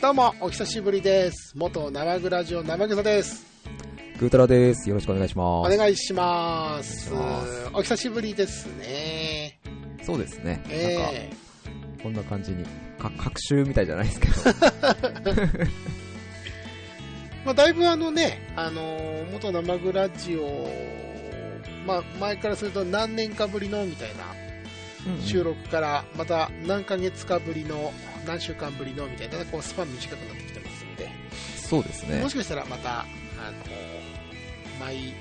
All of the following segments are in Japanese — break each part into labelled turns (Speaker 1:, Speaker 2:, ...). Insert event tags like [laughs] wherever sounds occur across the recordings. Speaker 1: どうもお久しぶりです元生グラジオ生草です
Speaker 2: グータラです。よろしくお願いし
Speaker 1: お
Speaker 2: ます。
Speaker 1: 願いします
Speaker 2: お願いし
Speaker 1: お久しぶりですね
Speaker 2: そうですね。なんか、
Speaker 1: え
Speaker 2: こんな感じに、か、隔週みたいじゃないですけど。
Speaker 1: えまあ、だいぶあのね、あのー元生グラジオまあ、前からすると何年かぶりのみたいな収録からまた何ヶ月かぶりの何週間ぶりのみたいなこうスパン短くなってきてますんで
Speaker 2: そうですね
Speaker 1: も。しかしたらまた、あの毎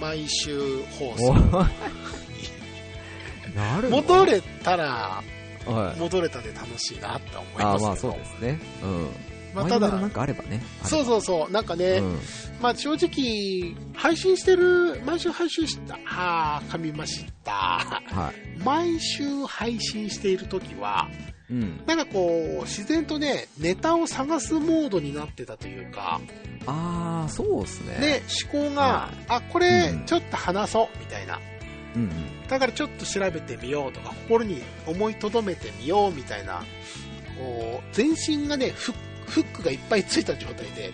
Speaker 1: 毎週放
Speaker 2: お
Speaker 1: 送
Speaker 2: なるほど
Speaker 1: 戻れたら
Speaker 2: はい。
Speaker 1: 戻れたで楽しいなって思い
Speaker 2: あ
Speaker 1: ま
Speaker 2: あ、
Speaker 1: す
Speaker 2: まあ
Speaker 1: けど
Speaker 2: そうですね。うん。
Speaker 1: まあた
Speaker 2: 前にもなん
Speaker 1: だ
Speaker 2: かあればね。
Speaker 1: そうそうそうなんか
Speaker 2: う
Speaker 1: ね、
Speaker 2: ん。
Speaker 1: まあ正直配信してる毎週配信したあー噛みました [laughs]
Speaker 2: はい。
Speaker 1: 毎週配信している時は
Speaker 2: うん。
Speaker 1: なんかこう自然とねネタを探すモードになってたというか
Speaker 2: ああ、そうですね。
Speaker 1: で思考が
Speaker 2: はい
Speaker 1: あこれ
Speaker 2: うん
Speaker 1: ちょっと話そうみたいな
Speaker 2: うんうん。
Speaker 1: だからちょっと調べてみようとか心に思いとどめてみようみたいなこう全身がねフッフックがいっぱいついた状態で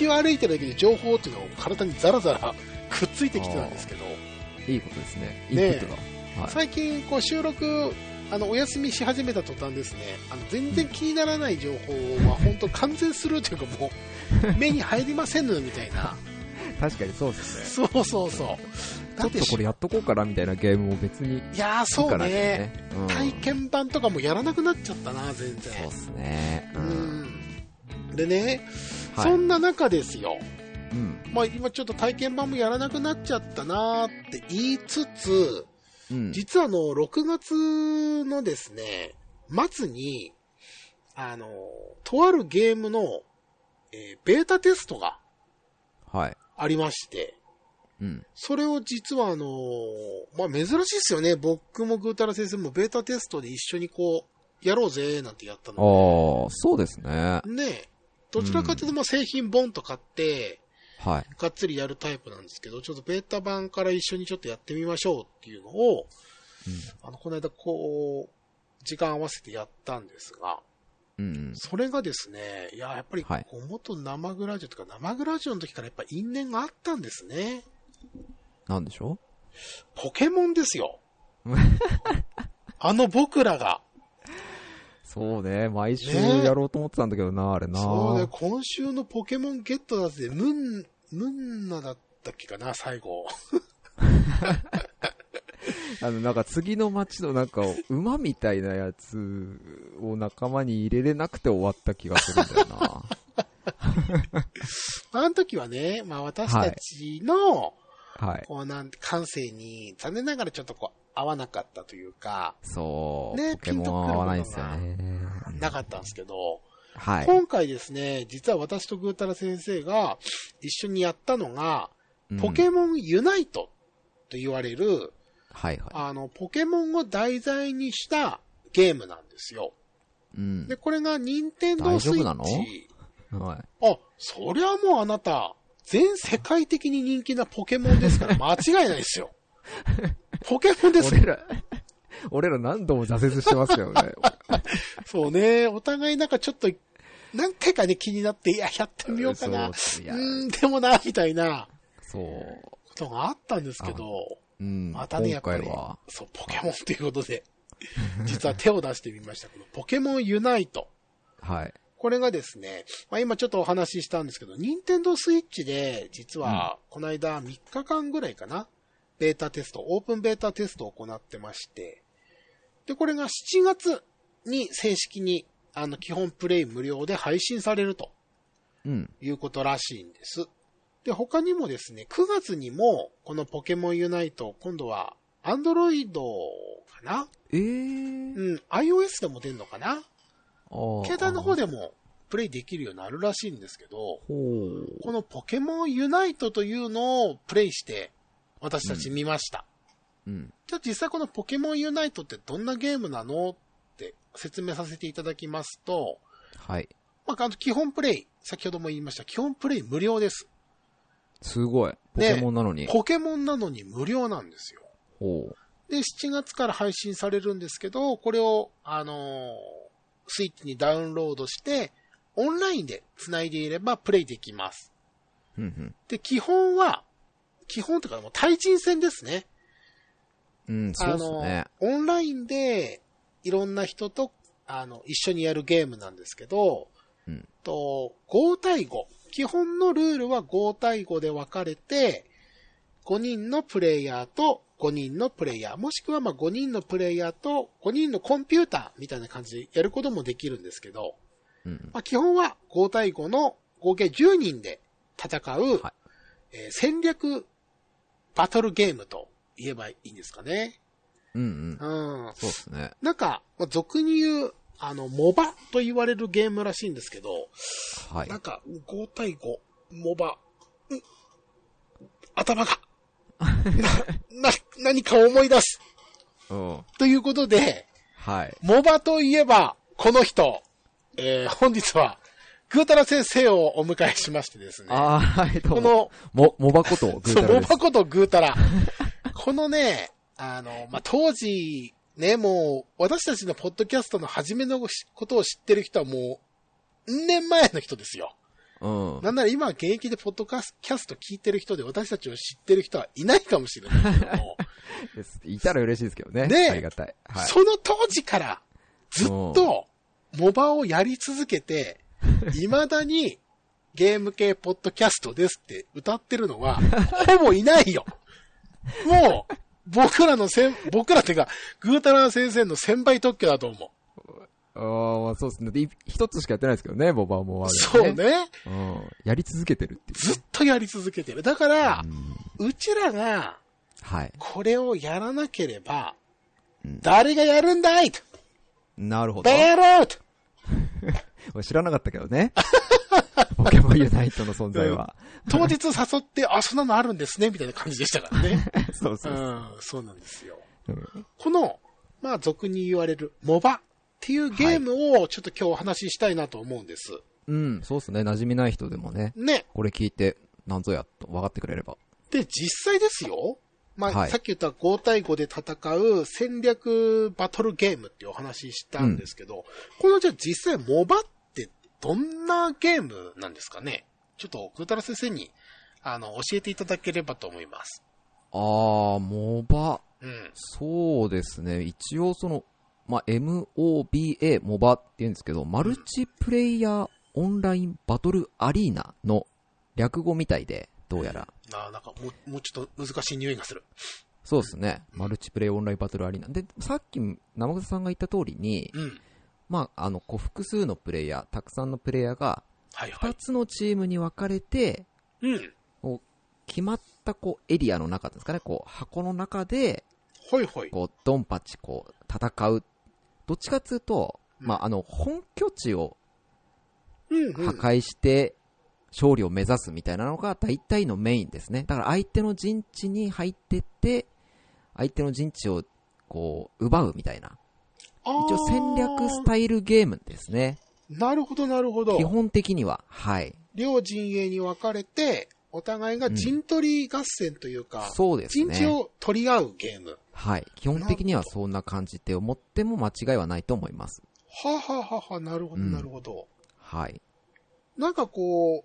Speaker 1: 道を歩いてるだけで情報っていうのが体にザラザラくっついてきてたんですけど
Speaker 2: いいことですね。いい
Speaker 1: ねえ
Speaker 2: ことが。はい
Speaker 1: 最近こう収録あのお休みし始めた途端ですねあの全然気にならない情報は本当完全するというかも
Speaker 2: [laughs]
Speaker 1: う目に入りませんのよみたいな
Speaker 2: 確かにそうですね。
Speaker 1: そうそうそう
Speaker 2: ちょっとこれやっとこうかなみたいなゲームも別にいい
Speaker 1: いやーそ
Speaker 2: か
Speaker 1: う
Speaker 2: ら
Speaker 1: ね
Speaker 2: ね。うん
Speaker 1: 体験版とかもやらなくなっちゃったな全然
Speaker 2: そうですね。う。
Speaker 1: うんんでね、
Speaker 2: はい
Speaker 1: そんな中ですよ、
Speaker 2: うん。
Speaker 1: まあ、今ちょっと体験版もやらなくなっちゃったなーって言いつつ、
Speaker 2: うん。
Speaker 1: 実はあの、6月のですね、末に、あの、とあるゲームの、えーベータテストが
Speaker 2: はい。
Speaker 1: ありまして、
Speaker 2: うん。
Speaker 1: それを実はあの、まあ、珍しいですよね。僕もグータラ先生もベータテストで一緒にこう、やろうぜーなんてやったの
Speaker 2: ああ。、そうですね。
Speaker 1: ねえどちらかというと、まあ製品ボンと買って、
Speaker 2: はい。
Speaker 1: がっつりやるタイプなんですけど、ちょっとベータ版から一緒にちょっとやってみましょうっていうのを、あの、この間こう、時間合わせてやったんですが、
Speaker 2: うん。うん。
Speaker 1: それがですね、いや、やっぱり、
Speaker 2: はい
Speaker 1: こう元生グラジオとか、生グラジオの時からやっぱ因縁があったんですね。
Speaker 2: なんでしょ
Speaker 1: ポケモンです
Speaker 2: [laughs]
Speaker 1: よ。あの僕らが。
Speaker 2: そうね。毎週
Speaker 1: ね
Speaker 2: やろうと思ってたんだけどな、あれな。
Speaker 1: そうね、今週のポケモンゲットだって、ムン、ムンナだったっけかな、最後。
Speaker 2: あの、なんか次の街のなんか、馬みたいなやつを仲間に入れれなくて終わった気がするんだ
Speaker 1: [laughs]
Speaker 2: よな。
Speaker 1: あの時はね、まあ私たちの、
Speaker 2: はい。
Speaker 1: こうなんて、感性に、残念ながらちょっとこう、合わなかったというか、
Speaker 2: そう。
Speaker 1: ね
Speaker 2: ポケモンは合わないんですよね。
Speaker 1: なかったんですけど、
Speaker 2: はい。
Speaker 1: 今回ですね、実は私とぐーたら先生が一緒にやったのが、
Speaker 2: うん
Speaker 1: ポケモンユナイトと言われる、
Speaker 2: はいは
Speaker 1: あの、ポケモンを題材にしたゲームなんですよ。
Speaker 2: い。うん
Speaker 1: で、。これが任天堂
Speaker 2: 大
Speaker 1: ス
Speaker 2: 丈
Speaker 1: イ
Speaker 2: 夫な
Speaker 1: ッ
Speaker 2: の
Speaker 1: チ。
Speaker 2: はい。
Speaker 1: あ、そりゃもうあなた、全世界的に人気なポケモンです
Speaker 2: [laughs]
Speaker 1: から間違いないですよ。ポケモンですよ
Speaker 2: 俺ら、 [laughs] 俺ら何度も挫折してます
Speaker 1: [laughs]
Speaker 2: よね。
Speaker 1: そうね、お互いなんかちょっと、何回かね、気になって、いや、やってみようかな。う
Speaker 2: そういや
Speaker 1: ーん、でもな、みたいな
Speaker 2: そう。
Speaker 1: ことがあったんですけど、
Speaker 2: うん。
Speaker 1: またね、や
Speaker 2: 今
Speaker 1: っぱ
Speaker 2: 回
Speaker 1: り
Speaker 2: は。、
Speaker 1: そう、ポケモンということで、実は手を出してみました。このポケモンユナイト。
Speaker 2: はい。
Speaker 1: これがですね、まあ、今ちょっとお話ししたんですけど、任天堂スイッチで、実は、この間3日間ぐらいかな、ベータテスト、オープンベータテストを行ってまして、で、これが7月に正式に、あの、基本プレイ無料で配信されると
Speaker 2: うん。
Speaker 1: いうことらしいんです。で、他にもですね、9月にも、このポケモンユナイト、今度は、アンドロイドかな
Speaker 2: えー。
Speaker 1: うん、iOS でも出るのかな
Speaker 2: ああ
Speaker 1: 携帯の方でもプレイできるようになるらしいんですけど、
Speaker 2: ほう。
Speaker 1: このポケモンユナイトというのをプレイして私たち見ました。
Speaker 2: うん。
Speaker 1: じゃあ実際このポケモンユナイトってどんなゲームなのって説明させていただきますと、
Speaker 2: はい。
Speaker 1: まあ、あの基本プレイ、先ほども言いました、基本プレイ無料です。
Speaker 2: すごい。ポ
Speaker 1: ね
Speaker 2: ケモンなのに。
Speaker 1: ポケモンなのに無料なんですよ。
Speaker 2: ほう。
Speaker 1: で、7月から配信されるんですけど、これを、あのースイッチにダウンロードして、オンラインで繋いでいればプレイできます。
Speaker 2: うん
Speaker 1: で、基本は、基本というかもう対人戦ですね。
Speaker 2: うん。うん、そうっすね。
Speaker 1: あの、オンラインで、いろんな人と、あの、一緒にやるゲームなんですけど、
Speaker 2: うん
Speaker 1: と、5対5。基本のルールは5対5で分かれて、5人のプレイヤーと5人のプレイヤー、もしくはまあ5人のプレイヤーと5人のコンピューターみたいな感じでやることもできるんですけど、
Speaker 2: うん。
Speaker 1: まあ、基本は5対5の合計10人で戦う、
Speaker 2: はい
Speaker 1: えー戦略バトルゲームと言えばいいんですかね。
Speaker 2: うんうん
Speaker 1: う。ん。
Speaker 2: そうっすね。
Speaker 1: なんか、まあ俗に言う、あの、モバと言われるゲームらしいんですけど、
Speaker 2: はい
Speaker 1: な。んか5対5、モバ、うん頭
Speaker 2: [laughs]
Speaker 1: が、な、な、何か思い出す。
Speaker 2: うん。
Speaker 1: ということで、
Speaker 2: はい。
Speaker 1: モバといえば、この人、えー本日は、グータラ先生をお迎えしましてですね。
Speaker 2: あーはい、ど
Speaker 1: こ
Speaker 2: うも。
Speaker 1: の、
Speaker 2: も、もばこと、グー
Speaker 1: そう、
Speaker 2: タラ
Speaker 1: モ
Speaker 2: です
Speaker 1: バ。ことグータラ。このね、あの、まあ、当時、ね、もう、私たちのポッドキャストの初めのことを知ってる人はもう、ん年前の人ですよ。
Speaker 2: うん。
Speaker 1: なんなら今現役でポッドキャスト聞いてる人で私たちを知ってる人はいないかもしれないけども、
Speaker 2: ですいたら嬉しいですけどね。
Speaker 1: ねえ
Speaker 2: ありがたい。はい。
Speaker 1: その当時からずっとモバをやり続け
Speaker 2: [laughs]
Speaker 1: て、未だにゲーム系ポッドキャストですって歌ってるのは、ほぼいないよ。もう、僕らのせん、僕らっていうか、グータラ先生の先輩特許だと思
Speaker 2: あーまあ、そうですね。で、い一つしかやってないですけどね、ボバも
Speaker 1: う。
Speaker 2: ある、
Speaker 1: そう。ね。
Speaker 2: うん。やり続けてるっていう
Speaker 1: ずっとやり続けてる。だから
Speaker 2: う、ん。
Speaker 1: うちらが
Speaker 2: はい。
Speaker 1: これをやらなければ
Speaker 2: うん、
Speaker 1: 誰がやるんだいと。
Speaker 2: なるほど。
Speaker 1: ベアローと。
Speaker 2: 俺知らなかったけどね。 [laughs] ポケモンユナイトの存在は。
Speaker 1: 当日誘って、あ、そんなのあるんですね、みたいな感じでしたからね。
Speaker 2: そうそううそ
Speaker 1: ん、そうなんですよ。
Speaker 2: う。
Speaker 1: この、まあ、俗に言われる、モバっていうゲームをちょっと今日お話ししたいなと思うんです。
Speaker 2: うん、そうですね。馴染みない人でもね、
Speaker 1: ね。
Speaker 2: これ聞いて、なんぞやと分かってくれれば。
Speaker 1: で、実際ですよ。まあ、
Speaker 2: はい
Speaker 1: さっき言った5対5で戦う戦略バトルゲームっていうお話ししたんですけど、このじゃあ実際モバってどんなゲームなんですかねちょっと、くーたら先生に、あの、教えていただければと思います。
Speaker 2: あー、モバ。
Speaker 1: うん。
Speaker 2: そうですね。一応その、まあ、MOBA、モバって言うんですけど、マルチプレイヤーオンラインバトルアリーナの略語みたいで、どうやら。
Speaker 1: なあ、なんかもう、もうちょっと難しい匂いがする。
Speaker 2: そうですね。マルチプレイオンラインバトルアリーナ。で、さっき、生草さんが言った通りに、
Speaker 1: うん。
Speaker 2: まあ、あの、こう複数のプレイヤー、たくさんのプレイヤーが、
Speaker 1: はいは
Speaker 2: 2
Speaker 1: い。
Speaker 2: つのチームに分かれて、
Speaker 1: うん。
Speaker 2: こう決まったこうエリアの中ですかね、こう箱の中で、
Speaker 1: ほいほい。
Speaker 2: こう、ドンパチ、こう、戦う。どっちかっていうと、
Speaker 1: うん
Speaker 2: まあ、あの、本拠地を
Speaker 1: うん、
Speaker 2: 破
Speaker 1: うん。
Speaker 2: 壊して、勝利を目指すみたいなのが大体のメインですね。だから相手の陣地に入ってって、相手の陣地を、こう、奪うみたいな。一応戦略ス
Speaker 1: イ
Speaker 2: タイルゲームですね。
Speaker 1: なるほど、なるほど
Speaker 2: 基。本的には。はい。
Speaker 1: 両陣営に分かれて、お互いが陣取り合戦というか、
Speaker 2: そうです
Speaker 1: 陣地
Speaker 2: ね。
Speaker 1: を取り合うゲーム。
Speaker 2: はい。基本的にはそんな感じで思っても間違いはないと思います。
Speaker 1: はあはあはあはあ、なるほど、
Speaker 2: うん
Speaker 1: なるほど。
Speaker 2: はい。
Speaker 1: なんかこう、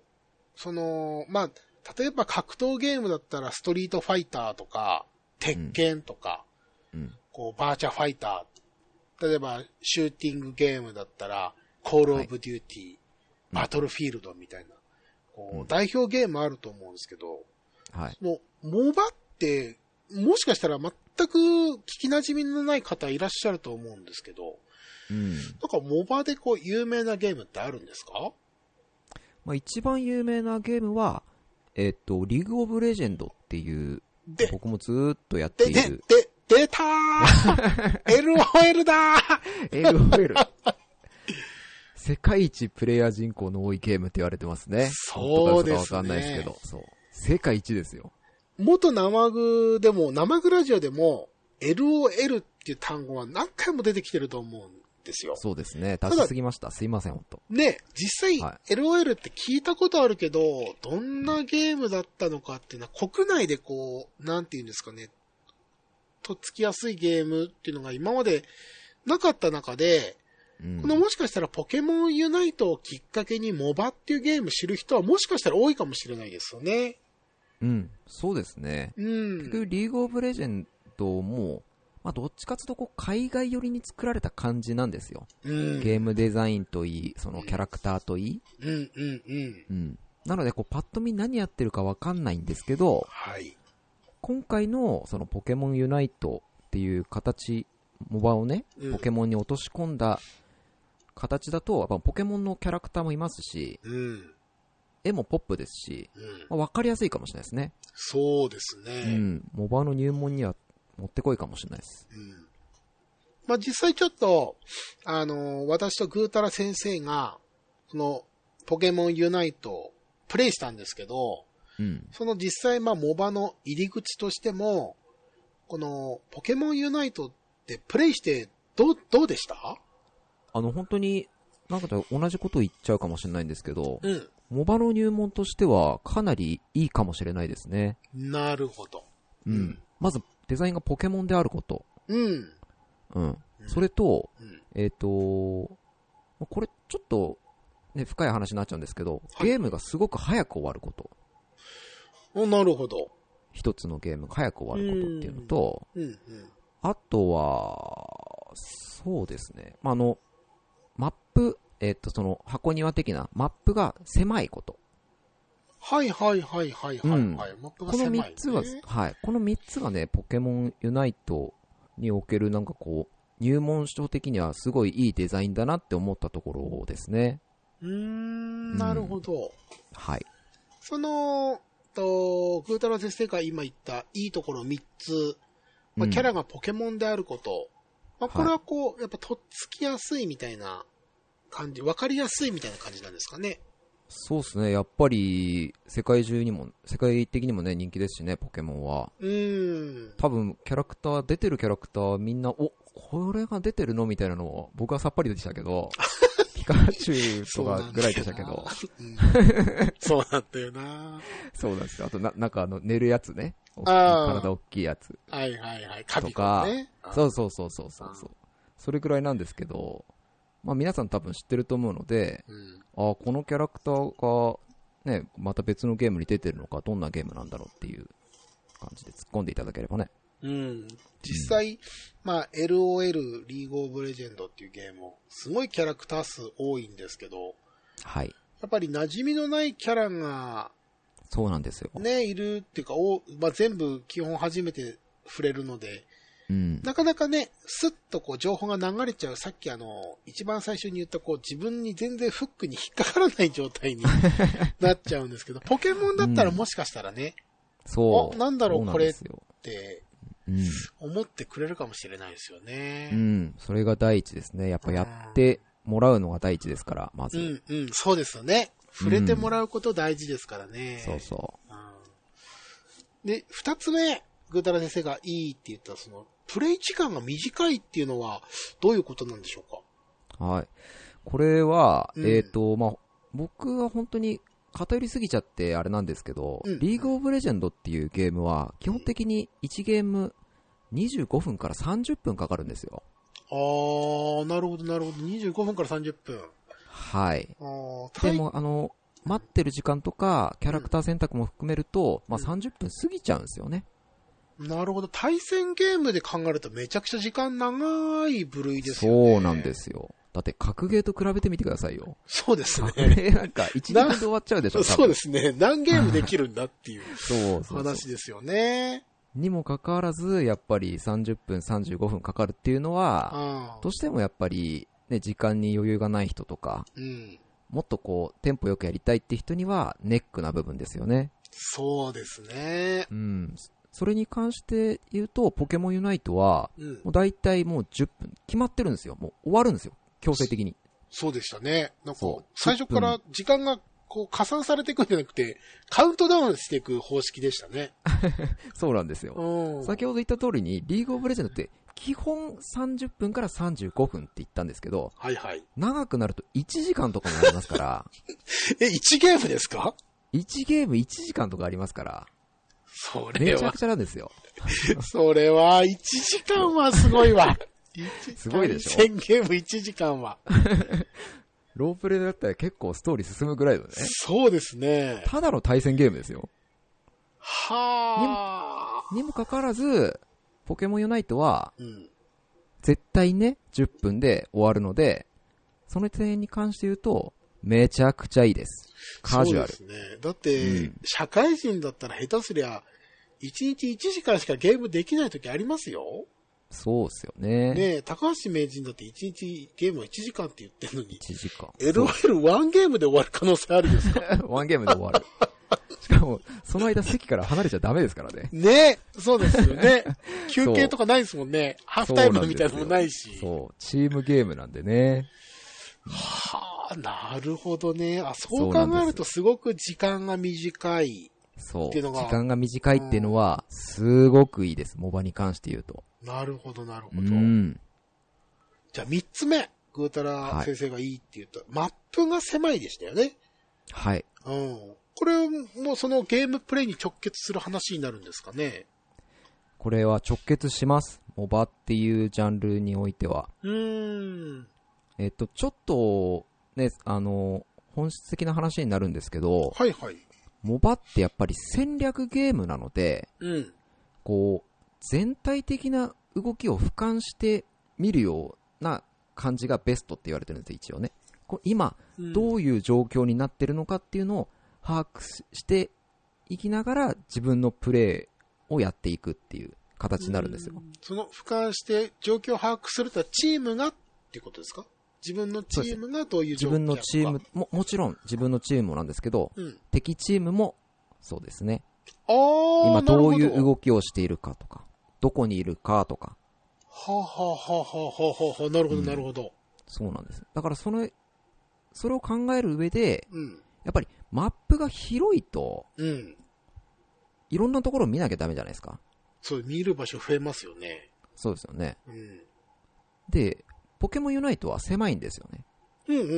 Speaker 1: その、まあ、例えば格闘ゲームだったら、ストリートファイターとか、鉄拳とか、
Speaker 2: うん。
Speaker 1: こう、バーチャファイター。例えば、シューティングゲームだったら、コールオブデューティー、バトルフィールドみたいな、こ
Speaker 2: う、
Speaker 1: うん代表ゲームあると思うんですけど、
Speaker 2: はい。
Speaker 1: もう、モバって、もしかしたら全く聞き馴染みのない方いらっしゃると思うんですけど、
Speaker 2: うん。
Speaker 1: なんかモバでこう、有名なゲームってあるんですか
Speaker 2: まあ、一番有名なゲームは、えっ、と、リーグオブレジェンドっていう、
Speaker 1: で、
Speaker 2: 僕もずーっとやっ
Speaker 1: で、
Speaker 2: てい
Speaker 1: で、で
Speaker 2: る、、
Speaker 1: 出たー !LOL だー
Speaker 2: LOL。世界一プレイヤー人口の多いゲームって言われてますね。
Speaker 1: そうですね
Speaker 2: 本当か嘘かわかんないですけど。そう。世界一ですよ。
Speaker 1: 元生具でも、生具ラジオでも、LOL っていう単語は何回も出てきてると思うんですよ。
Speaker 2: そうですね。
Speaker 1: だ
Speaker 2: 出しすぎました。すいません、本当
Speaker 1: ね、実際、
Speaker 2: は
Speaker 1: LOL って聞いたことあるけど、どんなゲームだったのかっていうのは、国内でこう、なんていうんですかね、とっつきやすいゲームっていうのが今までなかった中で、
Speaker 2: うん
Speaker 1: このもしかしたらポケモンユナイトをきっかけにモバっていうゲーム知る人はもしかしたら多いかもしれないですよね。
Speaker 2: うん、そうですね。
Speaker 1: うん。
Speaker 2: 結局、リーグオブレジェンドも、まあ、どっちかというとこう、海外寄りに作られた感じなんですよ。
Speaker 1: うん。
Speaker 2: ゲームデザインといい、そのキャラクターといい。
Speaker 1: うんうんうん。
Speaker 2: うん。なので、こう、パッと見何やってるかわかんないんですけど、
Speaker 1: はい。
Speaker 2: 今回の、その、ポケモンユナイトっていう形、モバをね、
Speaker 1: うん
Speaker 2: ポケモンに落とし込んだ形だと、やっぱポケモンのキャラクターもいますし、
Speaker 1: うん。うん。
Speaker 2: 絵もポップですし、まあわかりやすいかもしれないですね。
Speaker 1: そうです
Speaker 2: う
Speaker 1: ね。
Speaker 2: ん。モバの入門にはもってこいかもしれないです。
Speaker 1: うん。まあ、実際ちょっと、あのー私とぐーたら先生が、この、ポケモンユナイトをプレイしたんですけど、
Speaker 2: うん。
Speaker 1: その実際、まあ、モバの入り口としても、この、ポケモンユナイトってプレイして、どう、どうでした
Speaker 2: あの、本当に、なんかと同じこと言っちゃうかもしれないんですけど、
Speaker 1: うん。
Speaker 2: モバの入門としてはかなりいいかもしれないですね。
Speaker 1: なるほど。
Speaker 2: うん。
Speaker 1: うん
Speaker 2: まず、デザインがポケモンであること。
Speaker 1: うん。
Speaker 2: うん。それと、
Speaker 1: うん。
Speaker 2: えっ、と、これちょっと、ね、深い話になっちゃうんですけど、
Speaker 1: はい
Speaker 2: ゲームがすごく早く終わること。
Speaker 1: お、なるほど。
Speaker 2: 一つのゲームが早く終わることっていうのと、
Speaker 1: うん、うん。
Speaker 2: あとは、そうですね。まあ、あの、マップ、えっ、と、その、箱庭的なマップが狭いこと。
Speaker 1: はいはいはいはいはい、はいマップが
Speaker 2: この
Speaker 1: 狭い、ね。
Speaker 2: 三つは、はい。この三つがね、ポケモンユナイトにおけるなんかこう、入門書的にはすごいいいデザインだなって思ったところですね。
Speaker 1: うーん、なるほど。
Speaker 2: はい。
Speaker 1: その、と、グータラ先生が今言ったいいところ3つ、まあ、
Speaker 2: うん
Speaker 1: キャラがポケモンであること、まあ、これはこう、やっぱとっつきやすいみたいな感じ、わかりやすいみたいな感じなんですかね。
Speaker 2: そうですね。やっぱり、世界中にも、世界的にもね、人気ですしね、ポケモンは。
Speaker 1: うーん。
Speaker 2: 多分、キャラクター、出てるキャラクターみんな、お、これが出てるのみたいなのを、僕はさっぱりでした
Speaker 1: [laughs]
Speaker 2: けど、ピカチュウとかぐらいでしたけど、
Speaker 1: そうなんだよな。
Speaker 2: そうなんですよ。あとな、なんかあの、寝るやつね。大きい
Speaker 1: あー
Speaker 2: 体大きいやつ。
Speaker 1: はいはいはい。カ
Speaker 2: と
Speaker 1: ビゴ
Speaker 2: か
Speaker 1: ンね。、
Speaker 2: そうそうそうそうそうそう。それぐらいなんですけど、まあ皆さん多分知ってると思うので、
Speaker 1: うん。
Speaker 2: ああ、このキャラクターが、ね、また別のゲームに出てるのか、どんなゲームなんだろうっていう感じで突っ込んでいただければね。
Speaker 1: うん。実際、まあ、LOL、リーグオブレジェンドっていうゲームも、すごいキャラクター数多いんですけど、
Speaker 2: はい。
Speaker 1: やっぱり馴染みのないキャラが、
Speaker 2: そうなんですよ。
Speaker 1: ね、いるっていうか、おまあ、全部基本初めて触れるので、
Speaker 2: うん。
Speaker 1: なかなかね、スッとこう情報が流れちゃう、さっきあの、一番最初に言ったこう自分に全然フックに引っかからない状
Speaker 2: [laughs]
Speaker 1: 態になっちゃうんですけど、ポケモンだったらもしかしたらね、
Speaker 2: そ
Speaker 1: お
Speaker 2: う。
Speaker 1: なんだろう
Speaker 2: そ
Speaker 1: これ
Speaker 2: ですよ
Speaker 1: って
Speaker 2: うん。
Speaker 1: 思ってくれるかもしれないですよね。
Speaker 2: うん。それが第一ですね。やっぱやってもらうのが第一ですから、まず。
Speaker 1: うんうん、そうですよね。触れてもらうこと大事ですからね。
Speaker 2: そうそ
Speaker 1: うんで、二つ目、ぐーたら先生がいいって言った、その、プレイ時間が短いっていうのは、どういうことなんでしょうか
Speaker 2: う。はい。これは、
Speaker 1: うん
Speaker 2: えっ、と、まあ、僕は本当に偏りすぎちゃってあれなんですけど、
Speaker 1: うん
Speaker 2: リーグオブレジェンドっていうゲームは、基本的に1ゲーム25分から30分かかるんですよ。
Speaker 1: あー、なるほど、なるほど。25分から30分。
Speaker 2: はい。
Speaker 1: あー、
Speaker 2: で
Speaker 1: 大
Speaker 2: も、あの、待ってる時間とか、キャラクター選択も含めると、まあ、
Speaker 1: うん
Speaker 2: 30分過ぎちゃうんですよね。
Speaker 1: なるほど。対戦ゲームで考えるとめちゃくちゃ時間長い部類ですよね。。
Speaker 2: そうなんですすよ。だって、格ゲーと比べてみてくださいよ。
Speaker 1: [laughs] そうです
Speaker 2: [laughs] 格
Speaker 1: ね。
Speaker 2: ゲーなんか、1、2分で終わっちゃうでしょ、
Speaker 1: [laughs]
Speaker 2: 多
Speaker 1: そう
Speaker 2: 分
Speaker 1: ですね。何ゲームできるんだっていう
Speaker 2: [laughs] そうそうそう。
Speaker 1: 話ですよね。
Speaker 2: にもかかわらず、やっぱり30分、35分かかるっていうのは、
Speaker 1: あー
Speaker 2: どうしてもやっぱり、ね、時間に余裕がない人とか、
Speaker 1: うん。
Speaker 2: もっとこう、テンポよくやりたいって人には、ネックな部分ですよね。
Speaker 1: そうですね。
Speaker 2: うん。それに関して言うと、ポケモンユナイトは、
Speaker 1: うん
Speaker 2: も。う大体もう10分、決まってるんですよ。もう終わるんですよ。強制的に。
Speaker 1: そうでしたね。なんか
Speaker 2: そう、
Speaker 1: 最初から時間がこう加算されていくんじゃなくて、カウントダウンしていく方式でしたね。
Speaker 2: そうなんですよ。
Speaker 1: うん。
Speaker 2: 先ほど言った通りに、リーグオブレジェンドって、基本30分から35分って言ったんですけど、
Speaker 1: はいはい。
Speaker 2: 長くなると1時間とかもありますから、
Speaker 1: え、1ゲームですか
Speaker 2: 1ゲーム1時間とかありますから、
Speaker 1: それ
Speaker 2: めちゃ
Speaker 1: は
Speaker 2: く、ちゃなんですよ。
Speaker 1: それは、1時間はすごいわ。
Speaker 2: [laughs] すごいでしょ
Speaker 1: 対戦ゲーム1時間は。
Speaker 2: ロープレイだったら結構ストーリー進むぐらいだね。
Speaker 1: そうですね。
Speaker 2: ただの対戦ゲームですよ。
Speaker 1: はあ。
Speaker 2: にもかかわらず、ポケモンユナイトは、
Speaker 1: うん。
Speaker 2: 絶対ね、10分で終わるので、その点に関して言うと、めちゃくちゃいいです。カジュアル。
Speaker 1: そうですね。だって、
Speaker 2: うん
Speaker 1: 社会人だったら下手すりゃ、1日1時間しかゲームできない時ありますよ。
Speaker 2: そうっすよね。
Speaker 1: ねえ、高橋名人だって1日ゲームは1時間って言ってるのに、
Speaker 2: 1時間。
Speaker 1: LOL1 ゲームで終わる可能性あるん
Speaker 2: [laughs]
Speaker 1: ですか
Speaker 2: ワンゲームで
Speaker 1: [laughs]
Speaker 2: 終わる。しかも、その間席から離れちゃダメですからね。
Speaker 1: ねえ、そうですよ
Speaker 2: [laughs]
Speaker 1: ね。休憩とかないですもんね。ハー [laughs] フタイムみたいなのもないし。
Speaker 2: そう、チームゲームなんでね。
Speaker 1: はあ、なるほどね。あ、そ
Speaker 2: そうう
Speaker 1: 考
Speaker 2: なんです
Speaker 1: えるとすごく時間が短い。
Speaker 2: そう。
Speaker 1: っていうの
Speaker 2: 時
Speaker 1: が
Speaker 2: 間が短いっていうのは、すごくいいです。モバに関して言うと。
Speaker 1: なるほど、なるほ
Speaker 2: う
Speaker 1: ど。
Speaker 2: ん。
Speaker 1: じゃあ三つ目、ぐーたら先生がいいって言った、マップが狭いでしたよね。
Speaker 2: はい。
Speaker 1: うん。これもそのゲームプレイに直結する話になるんですかね。
Speaker 2: これは直結します。モバっていうジャンルにおいては。
Speaker 1: うーん。
Speaker 2: えっと、ちょっと、ね、あの、本質的な話になるんですけど、
Speaker 1: はいはい。
Speaker 2: モバってやっぱり戦略ゲームなので、
Speaker 1: うん。
Speaker 2: こう、全体的な動きを俯瞰して見るような感じがベストって言われてるんですよ、一応ね。こう今、
Speaker 1: うん
Speaker 2: どういう状況になってるのかっていうのを把握ししていきながら自分のプレーをやっていくっていう形になるんですよ
Speaker 1: う。その俯瞰して状況を把握するとはチームがっていうことですか自分のチームがどういう
Speaker 2: 自
Speaker 1: 状況
Speaker 2: 分のチーム
Speaker 1: か。
Speaker 2: も、もちろん自分のチームもなんですけど、
Speaker 1: うん。
Speaker 2: 敵チームもそうですね。
Speaker 1: ああ、
Speaker 2: 今どういう
Speaker 1: なるほ
Speaker 2: 動きをしているかとか、どこにいるかとか、
Speaker 1: はあ、はあはあはあはあはあ、なるほど、なるほど。
Speaker 2: そうなんです。だからその、それを考える上で、
Speaker 1: うん。
Speaker 2: やっぱりマップが広いと、
Speaker 1: うん。
Speaker 2: いろんなところを見なきゃダメじゃないですか。
Speaker 1: そう、見る場所増えますよね。
Speaker 2: そうですよね。
Speaker 1: うん。
Speaker 2: で、ポケモンユナイトは狭いんですよね。
Speaker 1: うんうんうん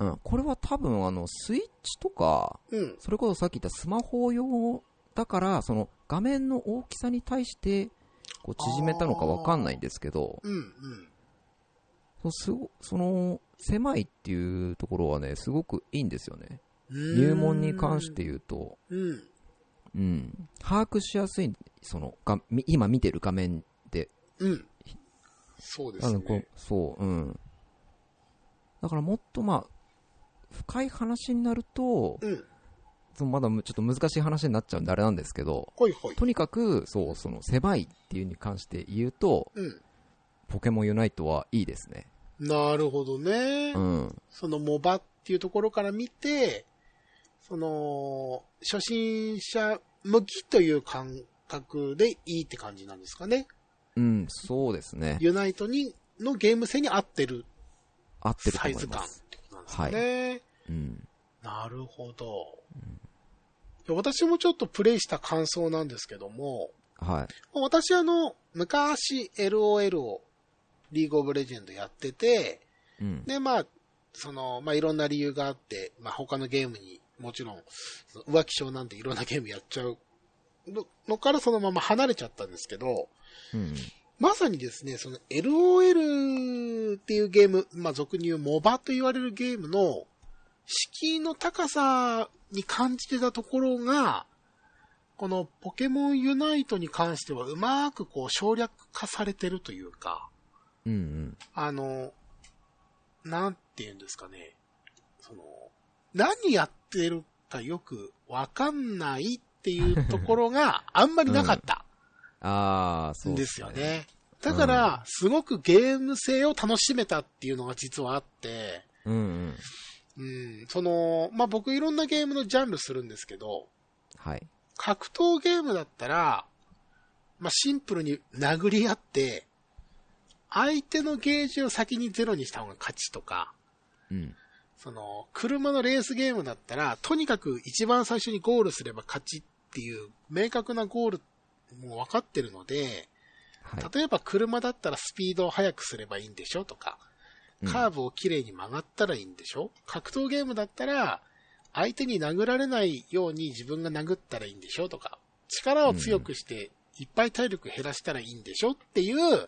Speaker 1: うん。
Speaker 2: うん。これは多分あの、スイッチとか、
Speaker 1: うん。
Speaker 2: それこそさっき言ったスマホ用だから、その画面の大きさに対して、こう縮めたのかわかんないんですけど、
Speaker 1: うんうん。
Speaker 2: そうすごその、狭いっていうところはね、すごくいいんですよね。
Speaker 1: 入
Speaker 2: 入門に関し。て言うと、
Speaker 1: うん。
Speaker 2: うん、把握しやすい、その、がみ今見てる画面で、
Speaker 1: うん。そうで
Speaker 2: な
Speaker 1: す
Speaker 2: のでこ
Speaker 1: ね
Speaker 2: う。そう、うん。だからもっとまあ、深い話になると、
Speaker 1: うん。
Speaker 2: そのまだむちょっと難しい話になっちゃうんであれなんですけど、
Speaker 1: ほいほい。
Speaker 2: とにかく、そう、その、狭いっていうに関して言うと、
Speaker 1: うん。
Speaker 2: ポケモンユナイトはいいですね。
Speaker 1: なるほどね
Speaker 2: う。ん。
Speaker 1: そのモバっていうところから見て、その、初心者向きという感覚でいいって感じなんですかね。
Speaker 2: うん、そうですね。
Speaker 1: ユナイトに、のゲーム性に合ってる
Speaker 2: 合ってると
Speaker 1: サイ
Speaker 2: 思
Speaker 1: ズ
Speaker 2: い
Speaker 1: 感
Speaker 2: ま
Speaker 1: っ
Speaker 2: す。
Speaker 1: てことなんですかね。
Speaker 2: うん。
Speaker 1: なるほど。私もちょっとプレイした感想なんですけども、
Speaker 2: はい。
Speaker 1: 私あの、昔 LOL をリーグオブレジェンドやってて、
Speaker 2: うん。
Speaker 1: で、まあ、その、まあいろんな理由があって、まあ他のゲームにもちろんその浮気症なんていろんなゲームやっちゃうののからそのまま離れちゃったんですけど、
Speaker 2: うん。
Speaker 1: まさにですね、その LOL っていうゲーム、まあ俗に言うモバと言われるゲームの敷居の高さに感じてたところが、このポケモンユナイトに関してはうまくこう省略化されてるというか、
Speaker 2: うんうん。
Speaker 1: あの、なんて言うんですかね、その、何やってるかよくわかんないっていうところが [laughs] あんまりなかった。
Speaker 2: あー、そうっ
Speaker 1: ですよ。ね。だから、すごくゲーム性を楽しめたっていうのが実はあって、
Speaker 2: うんうん。
Speaker 1: うん、その、まあ、僕いろんなゲームのジャンルするんですけど、
Speaker 2: はい。
Speaker 1: 格闘ゲームだったら、まあ、シンプルに殴り合って、相手のゲージを先にゼロにした方が勝ちとか、
Speaker 2: うん。
Speaker 1: その、車のレースゲームだったら、とにかく一番最初にゴールすれば勝ちっていう明確なゴールも分かってるので、
Speaker 2: はい。
Speaker 1: 例えば車だったらスピードを速くすればいいんでしょとか、カーブをきれいに曲がったらいいんでしょ、格闘ゲームだったら、相手に殴られないように自分が殴ったらいいんでしょとか、力を強くして、いっぱい体力減らしたらいいんでしょっていう、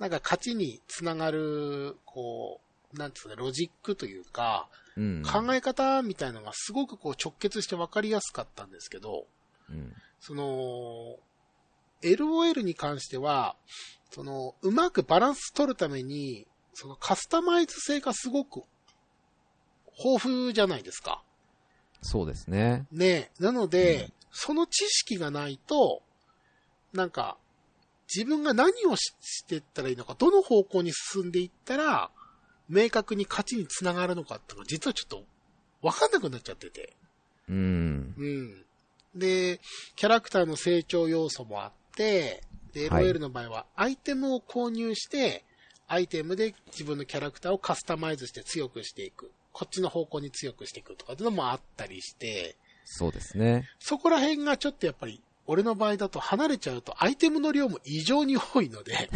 Speaker 1: なんか勝ちにつながる、こう、なんつうか、ロジックというか、
Speaker 2: うん。
Speaker 1: 考え方みたいのがすごくこう直結して分かりやすかったんですけど、
Speaker 2: うん。
Speaker 1: その、LOL に関しては、その、うまくバランス取るために、そのカスタマイズ性がすごく豊富じゃないですか。
Speaker 2: そうですね。
Speaker 1: ねえ。なので、その知識がないと、なんか、自分が何をししていったらいいのか、どの方向に進んでいったら、明確に勝ちにつながるのかっていうのが、実はちょっと、わかんなくなっちゃってて。
Speaker 2: うん。
Speaker 1: うん。で、キャラクターの成長要素もあって、で、
Speaker 2: はい
Speaker 1: LOL の場合は、アイテムを購入して、アイテムで自分のキャラクターをカスタマイズして強くしていく。こっちの方向に強くしていくとかっていうのもあったりして、
Speaker 2: そうですね。
Speaker 1: そこら辺がちょっとやっぱり、俺の場合だと離れちゃうとアイテムの量も異常に多いので、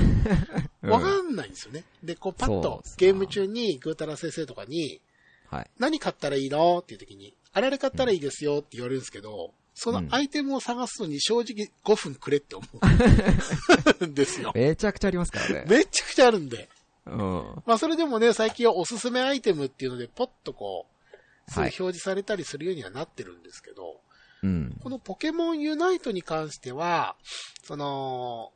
Speaker 2: うん
Speaker 1: わかんないんですよね。で、こうパッ
Speaker 2: そう
Speaker 1: と
Speaker 2: っすな
Speaker 1: ゲーム中にぐーたら先生とかに、
Speaker 2: はい。。
Speaker 1: 何買ったらいいのっていう時に、あれあれ買ったらいいですよって言われるんですけど、そのアイテムを探すのに正直5分くれって思うんですよ
Speaker 2: [laughs] めちゃくちゃありますからね。
Speaker 1: めっちゃくちゃあるんで。
Speaker 2: うん。
Speaker 1: まあそれでもね、最近はおすすめアイテムっていうので、ポッとこう、すぐ
Speaker 2: はい
Speaker 1: 表示されたりするようにはなってるんですけど、
Speaker 2: うん。
Speaker 1: このポケモンユナイトに関しては、その、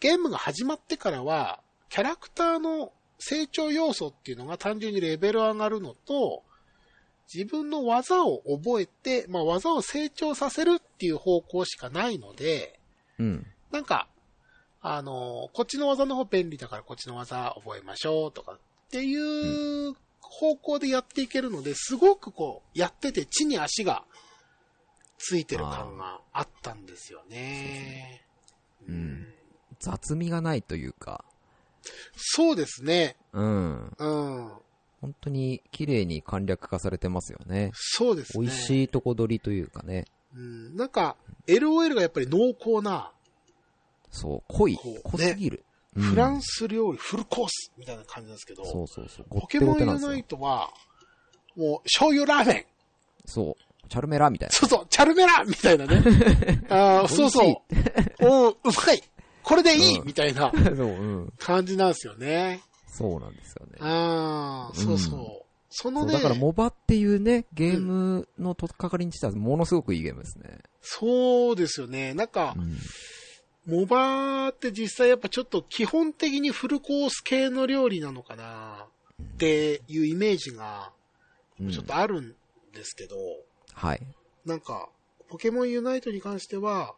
Speaker 1: ゲームが始まってからは、キャラクターの成長要素っていうのが単純にレベル上がるのと、自分の技を覚えて、まあ、技を成長させるっていう方向しかないので、
Speaker 2: うん。
Speaker 1: なんか、あの、こっちの技の方便利だからこっちの技覚えましょうとかっていう方向でやっていけるので、すごくこう、やってて地に足がついてる感があったんですよね。
Speaker 2: うですねうん雑味がないというか、
Speaker 1: そうですね。
Speaker 2: うん。
Speaker 1: うん。
Speaker 2: 本当に綺麗に簡略化されてますよね。
Speaker 1: そうですね。
Speaker 2: 美味しいとこ取りというかね。
Speaker 1: うん、なんか、LOL がやっぱり濃厚な、
Speaker 2: そう、濃い
Speaker 1: こうね。
Speaker 2: 濃すぎる。うん
Speaker 1: フランス料理フルコースみたいな感じなんですけど、
Speaker 2: そうそうそう。ご
Speaker 1: ポ
Speaker 2: っ
Speaker 1: ケ
Speaker 2: てご
Speaker 1: モン
Speaker 2: てなん
Speaker 1: ユ
Speaker 2: です
Speaker 1: ナイ
Speaker 2: よ。
Speaker 1: トは、もう醤油ラーメン
Speaker 2: そう。チャルメラみたい
Speaker 1: そうそう、チャルメラみたいな
Speaker 2: [laughs]
Speaker 1: ね。あーそうそう。おう、うまいこれでいい、
Speaker 2: うん
Speaker 1: みたいな [laughs]
Speaker 2: な。そう、うん。
Speaker 1: 感じなんですよね。
Speaker 2: そうなんですよね。
Speaker 1: ああ、そうそう。
Speaker 2: うん
Speaker 1: そ
Speaker 2: そ
Speaker 1: の
Speaker 2: う
Speaker 1: ね
Speaker 2: だから、モバっていうね、ゲームのとっかかりにしては、ものすごくいいゲームですね。
Speaker 1: そうですよね。なんか
Speaker 2: う、ん。
Speaker 1: モバーって実際やっぱちょっと基本的にフルコース系の料理なのかなっていうイメージが
Speaker 2: うん
Speaker 1: ちょっとあるんですけど、
Speaker 2: はい。
Speaker 1: なんか、ポケモンユナイトに関しては、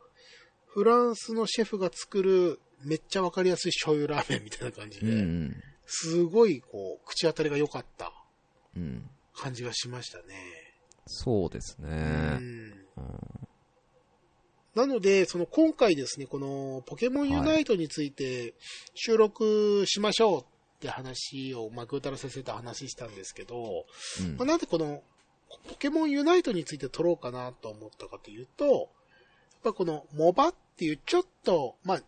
Speaker 1: フランスのシェフが作るめっちゃわかりやすい醤油ラーメンみたいな感じ
Speaker 2: う
Speaker 1: で、
Speaker 2: ん。
Speaker 1: すごい、こう、口当たりが良かった
Speaker 2: うん。
Speaker 1: 感じがしましたね。
Speaker 2: そうです
Speaker 1: うん。
Speaker 2: ね。うん
Speaker 1: なので、その今回ですね、このポケモンユナイトについて収録しましょうって話を、まあ、ぐーたら先生と話したんですけど、
Speaker 2: うん
Speaker 1: まあ、なんでこのポケモンユナイトについて撮ろうかなと思ったかというと、やっぱこのモバっていうちょっと、まあ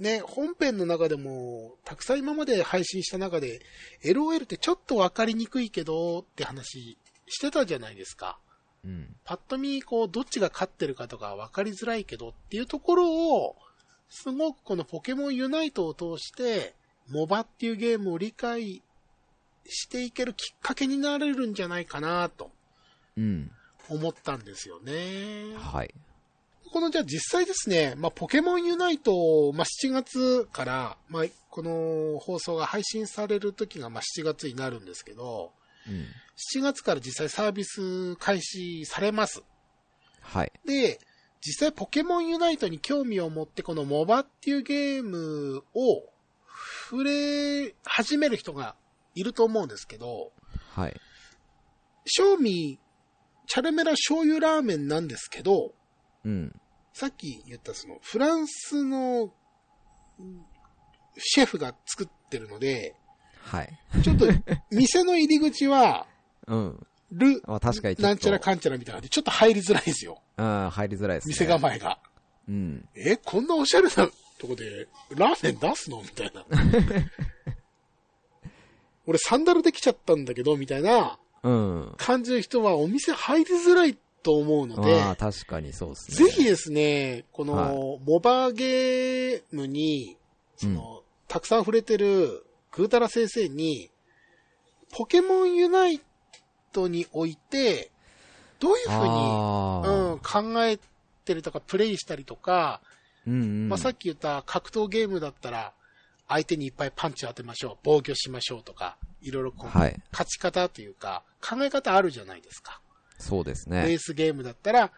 Speaker 1: ね、本編の中でもたくさん今まで配信した中で LOL ってちょっとわかりにくいけどって話してたじゃないですか。
Speaker 2: うん。
Speaker 1: パッと見、こう、どっちが勝ってるかとか分かりづらいけどっていうところを、すごくこのポケモンユナイトを通して、モバっていうゲームを理解していけるきっかけになれるんじゃないかなと
Speaker 2: うん。
Speaker 1: 思ったんですよね。
Speaker 2: はい。
Speaker 1: このじゃあ実際ですね、まあ、ポケモンユナイト、まあ、7月から、まあ、この放送が配信される時が、まあ、7月になるんですけど、
Speaker 2: うん。
Speaker 1: 7月から実際サービス開始されます。
Speaker 2: はい。
Speaker 1: で、実際ポケモンユナイトに興味を持ってこのモバっていうゲームを触れ始める人がいると思うんですけど、
Speaker 2: はい。
Speaker 1: 正味、チャルメラ醤油ラーメンなんですけど、
Speaker 2: うん。
Speaker 1: さっき言ったそのフランスのシェフが作ってるので、
Speaker 2: はい。
Speaker 1: ちょっ
Speaker 2: [laughs]
Speaker 1: と店の入り口は、
Speaker 2: うん。
Speaker 1: ル、
Speaker 2: まあ確かにちょっと
Speaker 1: なんちゃらかんちゃらみたいなので、ちょっと入りづらいんですよ。
Speaker 2: あー入りづらいですね。
Speaker 1: 店構えが。
Speaker 2: うん。
Speaker 1: え、こんなおしゃれなとこで、ラーメン出すのみたい
Speaker 2: [laughs]
Speaker 1: な。俺サンダルできちゃったんだけど、みたいな
Speaker 2: うん。
Speaker 1: 感じの人はお店入りづらいと思うので、
Speaker 2: ああ、確かにそうです
Speaker 1: ぜ
Speaker 2: ね。
Speaker 1: ひですね、この、
Speaker 2: はい
Speaker 1: モバゲームに、その、たくさん触れてるぐーたら先生に、ポケモンユナイトにおいて、どういうふうに、
Speaker 2: あ
Speaker 1: う
Speaker 2: ー
Speaker 1: ん、考えてるとか、プレイしたりとか、
Speaker 2: うんうん
Speaker 1: まあ、さっき言った格闘ゲームだったら、相手にいっぱいパンチを当てましょう、防御しましょうとか、いろいろこう、
Speaker 2: はい。
Speaker 1: 勝ち方というか、考え方あるじゃないですか。
Speaker 2: そうです
Speaker 1: レー
Speaker 2: ね。
Speaker 1: スゲームだったら、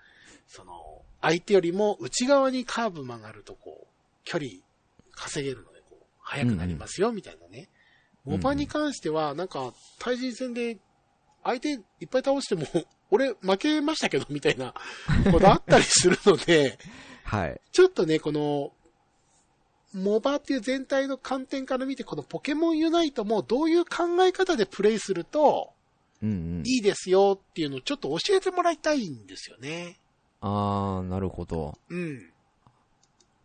Speaker 1: その、相手よりも内側にカーブ曲がると、こう、距離稼げるので、こう、速くなりますよ、みたいなね。
Speaker 2: うん
Speaker 1: モバに関しては、なんか、対人戦で、相手いっぱい倒しても、 [laughs] 俺負けましたけど、みたいなことあったりするので、
Speaker 2: はい。
Speaker 1: ちょっとね、この、モバっていう全体の観点から見て、このポケモンユナイトもどういう考え方でプレイすると
Speaker 2: うんうん。
Speaker 1: いいですよっていうのをちょっと教えてもらいたいんですよね。
Speaker 2: あー、なるほど。
Speaker 1: うん。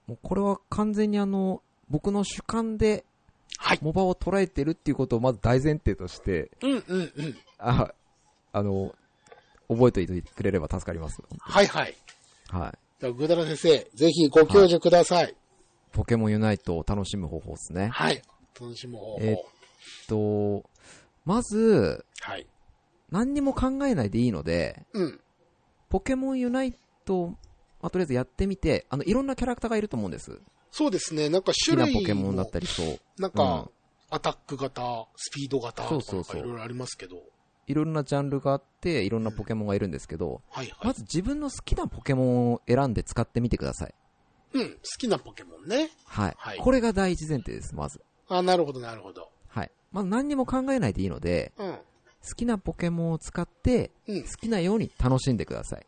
Speaker 2: もうこれは完全にあの、僕の主観で、
Speaker 1: はい。
Speaker 2: モバを捉えてるっていうことをまず大前提として、
Speaker 1: うんうんうん。
Speaker 2: あ、あの、覚えておいてくれれば助かります。
Speaker 1: はいはい。
Speaker 2: はい。
Speaker 1: じゃあ、ぐだら先生、ぜひご教授ください。
Speaker 2: ポケモンユナイトを楽しむ方法ですね。
Speaker 1: はい。楽しむ方法。
Speaker 2: えっと、まず、
Speaker 1: はい。
Speaker 2: 何にも考えないでいいので、
Speaker 1: うん。
Speaker 2: ポケモンユナイトを、まあ、とりあえずやってみて、あの、いろんなキャラクターがいると思うんです。
Speaker 1: そうですね。なんか
Speaker 2: 好き
Speaker 1: 種
Speaker 2: な
Speaker 1: 類
Speaker 2: ポケモンだっ
Speaker 1: も
Speaker 2: たりそう。
Speaker 1: なん
Speaker 2: うん
Speaker 1: か、アタック型、スピード型とか
Speaker 2: そう
Speaker 1: な
Speaker 2: そ
Speaker 1: ん
Speaker 2: う
Speaker 1: か
Speaker 2: そう
Speaker 1: いろいろありますけど。
Speaker 2: いろんなジャンルがあって、いろんなポケモンがいるんですけど、
Speaker 1: はいは
Speaker 2: ま
Speaker 1: い。
Speaker 2: ず自分の好きなポケモンを選んで使ってみてください。
Speaker 1: うん。好きなポケモンね。
Speaker 2: はい。
Speaker 1: はい
Speaker 2: これが第一前提です、まず。
Speaker 1: あ、なるほどなるほど。
Speaker 2: はい。まず何にも考えないでいいので、
Speaker 1: うん。
Speaker 2: 好きなポケモンを使って、
Speaker 1: うん
Speaker 2: 好きなように楽しんでください。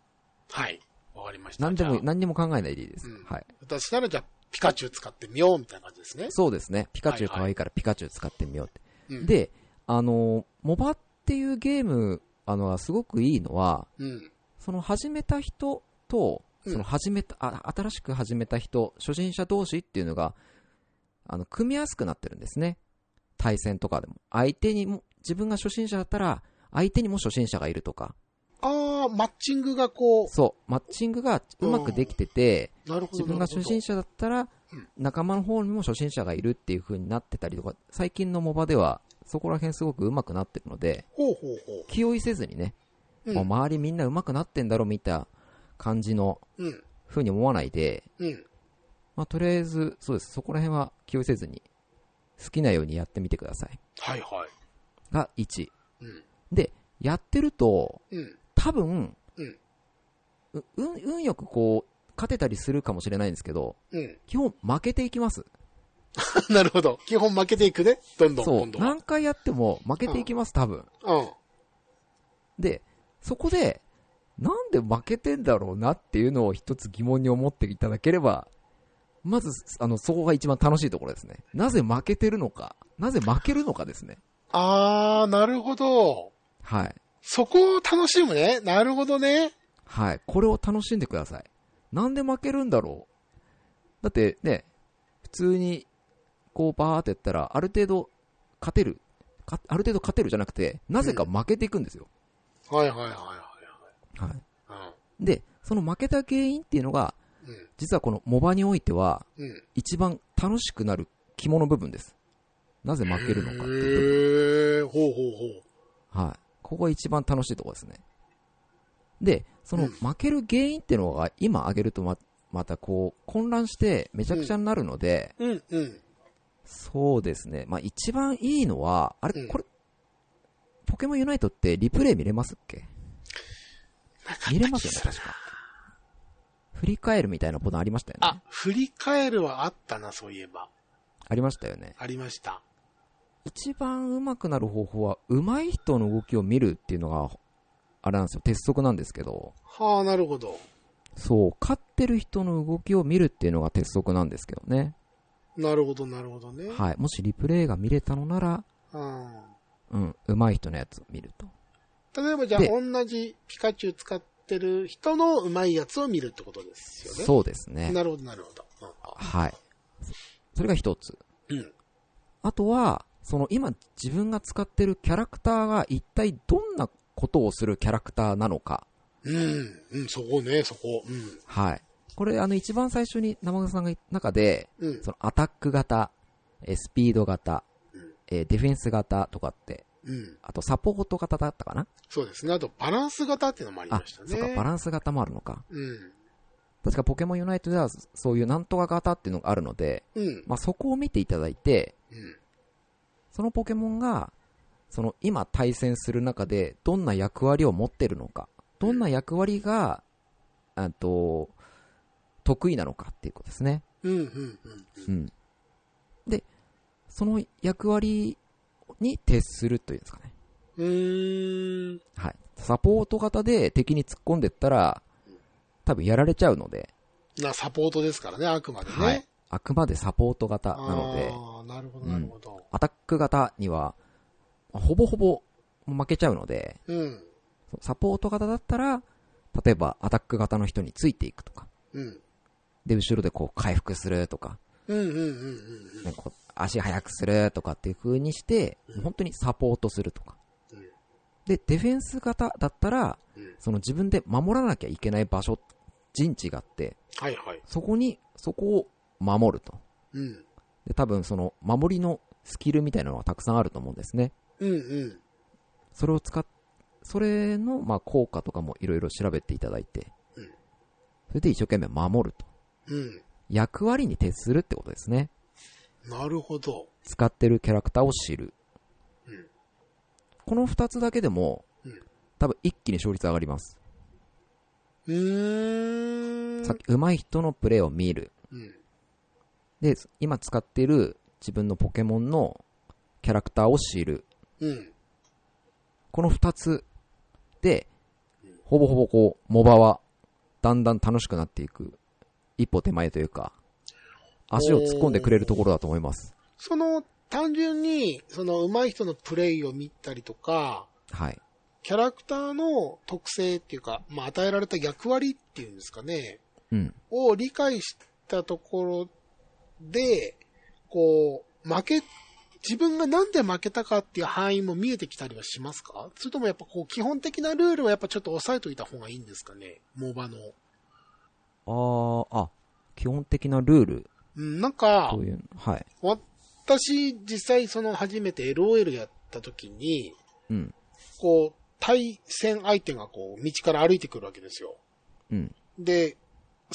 Speaker 1: はい。わかりました。
Speaker 2: 何で
Speaker 1: じ
Speaker 2: も
Speaker 1: ゃ、あ
Speaker 2: 何にも考えないでいいです。
Speaker 1: うん
Speaker 2: はい。
Speaker 1: 私ならじゃあ、ピカチュウ使ってみようみたいな感じですね。
Speaker 2: そうですね。ピカチュウ
Speaker 1: はいはい
Speaker 2: 可愛いからピカチュウ使ってみようって。
Speaker 1: うん、、
Speaker 2: で、あの、モバっていうゲーム、あの、すごくいいのは、
Speaker 1: うん。
Speaker 2: その始めた人と、
Speaker 1: うん
Speaker 2: その始めた、あ、新しく始めた人、初心者同士っていうのが、あの、組みやすくなってるんですね。対戦とかでも。相手にも、自分が初心者だったら、相手にも初心者がいるとか。
Speaker 1: あー、マッチングがこう、
Speaker 2: そう、マッチングがうまくできてて、
Speaker 1: なるほど。
Speaker 2: 自分が初心
Speaker 1: 者。
Speaker 2: 者だったら
Speaker 1: うん、
Speaker 2: 仲間の方にも初心者がいるっていう風になってたりとか、最近のモバでは、そこら辺すごくうまくなってるので、
Speaker 1: ほうほうほ
Speaker 2: 気負いせずにね、
Speaker 1: う。うん
Speaker 2: もう周りみんなうまくなってんだろ、みたいな感じの
Speaker 1: うん。
Speaker 2: 風に思わないで、
Speaker 1: うん。
Speaker 2: まあ、とりあえず、そうです。そこら辺は気負いせずに、好きなようにやってみてください。
Speaker 1: はいは
Speaker 2: が1。
Speaker 1: い。うん。
Speaker 2: で、やってると、
Speaker 1: うん。
Speaker 2: 多分、
Speaker 1: うん
Speaker 2: う運、運よくこう、勝てたりするかもしれないんですけど、
Speaker 1: うん。 [laughs]
Speaker 2: 基本負けていきます。
Speaker 1: なるほど。基本負けていくね。どんどん、
Speaker 2: そ
Speaker 1: ど
Speaker 2: う。
Speaker 1: んどん。
Speaker 2: 何回やっても負けていきます、多分。
Speaker 1: うん。
Speaker 2: で、そこで、なんで負けてんだろうなっていうのを一つ疑問に思っていただければ、まず、あの、そこが一番楽しいところですね。なぜ負けてるのか、なぜ負けるのかですね。
Speaker 1: あー、なるほど。
Speaker 2: はい。
Speaker 1: そこを楽しむね。なるほどね。
Speaker 2: はい。これを楽しんでください。なんで負けるんだろうだってね、普通に、こうバーってやったら、ある程度勝てる。かある程度勝てるじゃなくて、なぜか負けていくんですよ。
Speaker 1: はいはいはいは
Speaker 2: はい。
Speaker 1: はい
Speaker 2: で、その負けた原因っていうのが、
Speaker 1: い。うん。
Speaker 2: 実はこのモバにおいては、
Speaker 1: うん。うん。
Speaker 2: 一番楽しくなる肝の部分です。なぜ負けるのかってい
Speaker 1: へ
Speaker 2: う部分。
Speaker 1: ー。ほうほうほう。
Speaker 2: はい。ここが一番楽しいところですね。で、その
Speaker 1: うん
Speaker 2: 負ける原因っていうのが今挙げるとま、またこう、混乱してめちゃくちゃになるので、
Speaker 1: うんうん。
Speaker 2: そうですね。まあ一番いいのは、あれ、
Speaker 1: うん
Speaker 2: これ、ポケモンユナイトってリプレイ見れますっけ見れますよね、確か。振り返るみたいなボタンありましたよね。
Speaker 1: あ、振り返るはあったな、そういえば。
Speaker 2: ありましたよね。
Speaker 1: ありました。
Speaker 2: 一番上手くなる方法は、上手い人の動きを見るっていうのが、あれなんですよ、鉄則なんですけど、
Speaker 1: はあ、なるほど。
Speaker 2: そう、勝ってる人の動きを見るっていうのが鉄則なんですけどね。
Speaker 1: なるほど、なるほどね。
Speaker 2: はい。もしリプレイが見れたのなら、
Speaker 1: うん。
Speaker 2: うん、上手い人のやつを見ると。
Speaker 1: 例えばじゃあ、
Speaker 2: で
Speaker 1: 同じピカチュウ使ってる人のうまいやつを見るってことですよね。
Speaker 2: そうですね。
Speaker 1: なるほど、なるほど。
Speaker 2: はい。それが一つ。
Speaker 1: うん。うん
Speaker 2: あとは、その今自分が使ってるキャラクターが一体どんなことをするキャラクターなのか。
Speaker 1: うん、うん、そこね、そこ。うん。
Speaker 2: はい。これ、あの、一番最初に生田さんが言った中で、
Speaker 1: うん。
Speaker 2: そのアタック型、えースピード型、えーディフェンス型とかって、
Speaker 1: うん。
Speaker 2: あとサポート型だったかな
Speaker 1: そうですね。あと、バランス型っていうのもあり
Speaker 2: あ
Speaker 1: ました、ね。
Speaker 2: そうか、バランス型もあるのか。
Speaker 1: うん。
Speaker 2: 確かポケモンユナイトでは、そういうなんとか型っていうのがあるので、
Speaker 1: うん。
Speaker 2: まあ、そこを見ていただいて、
Speaker 1: うん。
Speaker 2: そのポケモンが、その今対戦する中で、どんな役割を持ってるのか、どんな役割が、あと、得意なのかっていうことですね。
Speaker 1: うん。うん。うん。
Speaker 2: うん。で、その役割に徹するというんですかね。
Speaker 1: うーん。
Speaker 2: はい。サポート型で敵に突っ込んでったら、多分やられちゃうので、
Speaker 1: な、サポートですからね、あくまでね。
Speaker 2: はい。あくまでサポート型
Speaker 1: あ
Speaker 2: なので、
Speaker 1: あーなるほど、なるほど。
Speaker 2: アタック型には、ほぼほぼ負けちゃうので、
Speaker 1: うん。
Speaker 2: サポート型だったら、例えばアタック型の人についていくとか、
Speaker 1: うん。
Speaker 2: で、後ろでこう回復するとか、
Speaker 1: うん。うん。うん。うん。
Speaker 2: ねこう足速くするとかっていう風にして、本当にサポートするとか。
Speaker 1: うん
Speaker 2: で、ディフェンス型だったら、
Speaker 1: うん
Speaker 2: その自分で守らなきゃいけない場所、陣地があって、
Speaker 1: はいはい。
Speaker 2: そこに、そこを守ると。
Speaker 1: うん。
Speaker 2: で、多分その守りのスキルみたいなのがたくさんあると思うんですね。
Speaker 1: うん。うん。
Speaker 2: それを使っ、それの、まあ、効果とかもいろいろ調べていただいて、
Speaker 1: うん
Speaker 2: それで一生懸命守ると。
Speaker 1: うん。
Speaker 2: 役割に徹するってことですね。
Speaker 1: なるほど。
Speaker 2: 使ってるキャラクターを知る。
Speaker 1: うん
Speaker 2: この二つだけでも、
Speaker 1: うん
Speaker 2: 多分一気に勝率上がります。
Speaker 1: うーん。
Speaker 2: さっき、上手い人のプレイを見る。
Speaker 1: うん。
Speaker 2: で、今使っている自分のポケモンのキャラクターを知る。
Speaker 1: うん。
Speaker 2: この二つで、ほぼほぼこう、モバは、だんだん楽しくなっていく、一歩手前というか、足を突っ込んでくれるところだと思います。
Speaker 1: その、単純に、その、上手い人のプレイを見たりとか、
Speaker 2: はい。
Speaker 1: キャラクターの特性っていうか、まあ、与えられた役割っていうんですかね、
Speaker 2: うん。
Speaker 1: を理解したところで、こう、負け、自分がなんで負けたかっていう範囲も見えてきたりはしますかそれともやっぱこう、基本的なルールはやっぱちょっと押さえといた方がいいんですかねモバの。
Speaker 2: あー、あ、基本的なルール、
Speaker 1: うん、なんか
Speaker 2: と、いう、はい。
Speaker 1: 私、実際その初めて LOL やった時に、
Speaker 2: うん。
Speaker 1: こう、対戦相手がこう、道から歩いてくるわけですよ。
Speaker 2: うん。
Speaker 1: で、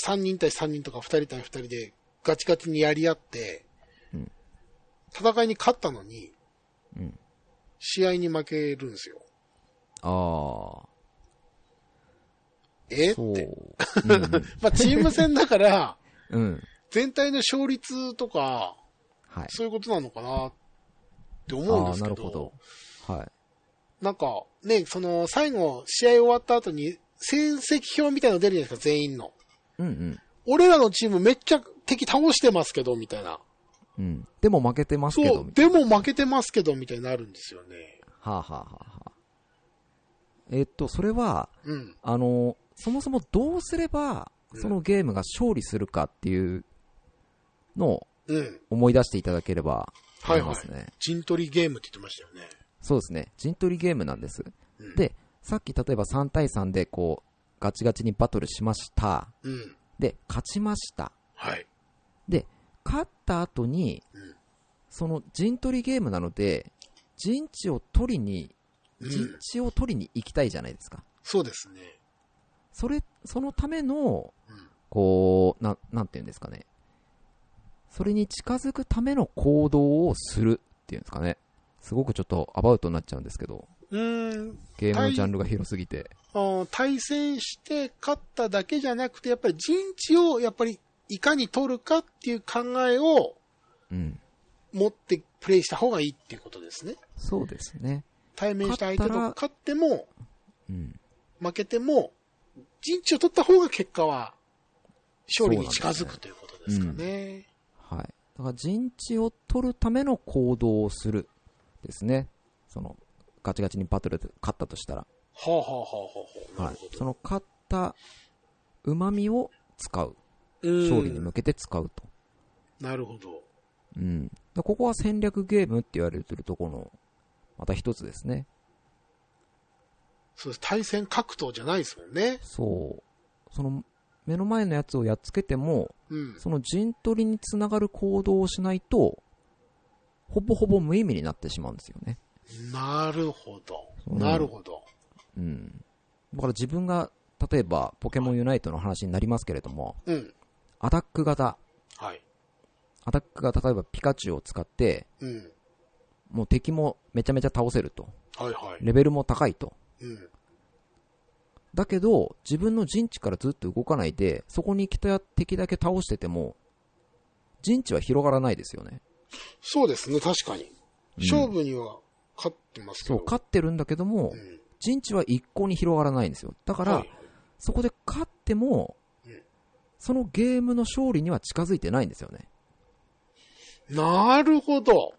Speaker 1: 3人対3人とか2人対2人でガチガチにやり合って、
Speaker 2: うん
Speaker 1: 戦いに勝ったのに、
Speaker 2: うん
Speaker 1: 試合に負けるんですよ。
Speaker 2: あー、
Speaker 1: えっ
Speaker 2: そう。
Speaker 1: て。
Speaker 2: うん
Speaker 1: まあ、チーム戦だから、 [laughs]
Speaker 2: うん。うん。
Speaker 1: 全体の勝率とか、
Speaker 2: はい。
Speaker 1: そういうことなのかなって
Speaker 2: あ
Speaker 1: 思うんで
Speaker 2: ー、
Speaker 1: す
Speaker 2: な
Speaker 1: け
Speaker 2: る
Speaker 1: ど、
Speaker 2: ほど。はい。
Speaker 1: なんか、ね、その、最後、試合終わった後に、戦績表みたいの出るじゃないですか、全員の。
Speaker 2: うんうん。
Speaker 1: 俺らのチームめっちゃ敵倒してますけど、みたいな。
Speaker 2: うん。でも負けてますけ
Speaker 1: そ
Speaker 2: ど、
Speaker 1: う
Speaker 2: み、たい
Speaker 1: でも負けてますけど、みたいになるんですよね。
Speaker 2: な。はあ、はあはあはあ、えっと、それは、
Speaker 1: うん。
Speaker 2: あの、そもそもどうすれば、
Speaker 1: うん
Speaker 2: そのゲームが勝利するかっていうのを
Speaker 1: うん。
Speaker 2: 思い出していただければ、
Speaker 1: はい
Speaker 2: 思
Speaker 1: はい
Speaker 2: ますね。
Speaker 1: 陣取りゲームって言ってましたよね。
Speaker 2: そうですね。陣取りゲームなんです。
Speaker 1: うん
Speaker 2: で、さっき例えば3対3でこう、ガチガチにバトルしました。
Speaker 1: うん。
Speaker 2: で、勝ちました。
Speaker 1: はい。
Speaker 2: で、勝った後に
Speaker 1: うん、
Speaker 2: その陣取りゲームなので、陣地を取りに、
Speaker 1: うん
Speaker 2: 陣地を取りに行きたいじゃないですか。
Speaker 1: そうですね。
Speaker 2: それ、そのための
Speaker 1: うん、
Speaker 2: こう、な、なんていうんですかね。それに近づくための行動をするっていうんですかね。すごくちょっとアバウトになっちゃうんですけど、
Speaker 1: うーん。
Speaker 2: ゲームのジャンルが広すぎて。
Speaker 1: あー対戦して勝っただけじゃなくて、やっぱり陣地をやっぱりいかに取るかっていう考えを
Speaker 2: うん。
Speaker 1: 持ってプレイした方がいいっていうことですね。
Speaker 2: そうですね。
Speaker 1: 対面した相手と
Speaker 2: 勝った
Speaker 1: 勝
Speaker 2: ら
Speaker 1: っても、
Speaker 2: うん。
Speaker 1: 負けても、陣地を取った方が結果は勝利に近づくということですか
Speaker 2: そうなん
Speaker 1: ね。
Speaker 2: はい。だから陣地を取るための行動をするですね。その、ガチガチにバトルで勝ったとしたら。
Speaker 1: はあはあはあはあはあ。な
Speaker 2: は
Speaker 1: る
Speaker 2: い
Speaker 1: ほ。
Speaker 2: そ
Speaker 1: ど。
Speaker 2: の勝った旨味を使う。勝利に向けて使うと。
Speaker 1: うんなるほど。
Speaker 2: うん。でここは戦略ゲームって言われてるところの、また一つですね。
Speaker 1: そうです。対戦格闘じゃないですもんね。
Speaker 2: そう。その、目の前のやつをやっつけても、
Speaker 1: うん。
Speaker 2: その陣取りにつながる行動をしないと、ほぼほぼ無意味になってしまうんですよね。
Speaker 1: なるほど。
Speaker 2: うん
Speaker 1: なるほど。
Speaker 2: うん。だから自分が、例えば、ポケモンユナイトの話になりますけれども、
Speaker 1: うん。
Speaker 2: アタック型、
Speaker 1: はい。
Speaker 2: アタックが例えばピカチュウを使って、
Speaker 1: うん。
Speaker 2: もう敵もめちゃめちゃ倒せると。
Speaker 1: はいはい。
Speaker 2: レベルも高いと。
Speaker 1: うん。
Speaker 2: だけど、自分の陣地からずっと動かないで、そこに来た敵だけ倒してても、陣地は広がらないですよね。
Speaker 1: そうですね、確かに。
Speaker 2: うん
Speaker 1: 勝負には勝ってますけ
Speaker 2: そ
Speaker 1: ど。
Speaker 2: う、勝ってるんだけども
Speaker 1: う、ん。
Speaker 2: 陣地は一向に広がらないんですよ。だから、
Speaker 1: はい
Speaker 2: そこで勝っても
Speaker 1: うん、
Speaker 2: そのゲームの勝利には近づいてないんですよね。
Speaker 1: なるほど。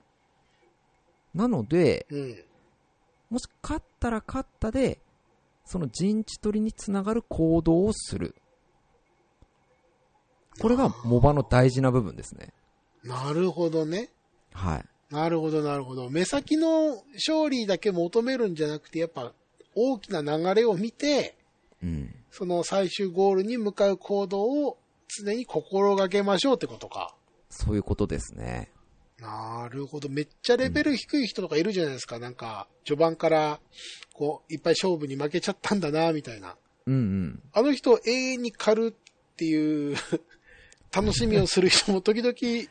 Speaker 2: なので、
Speaker 1: うん。
Speaker 2: もし勝ったら勝ったで、その陣地取りにつながる行動をする。これがモバの大事な部分ですね。
Speaker 1: なるほどね。
Speaker 2: はい。
Speaker 1: なるほど、なるほど。目先の勝利だけ求めるんじゃなくて、やっぱ大きな流れを見て、
Speaker 2: うん。
Speaker 1: その最終ゴールに向かう行動を常に心がけましょうってことか。
Speaker 2: そういうことですね。
Speaker 1: なるほど。めっちゃレベル低い人とかいるじゃないですか。なんか、序盤から、こう、いっぱい勝負に負けちゃったんだな、みたいな。
Speaker 2: うんうん。
Speaker 1: あの人、永遠に狩るっていう、 [laughs] 楽しみをする人も時々い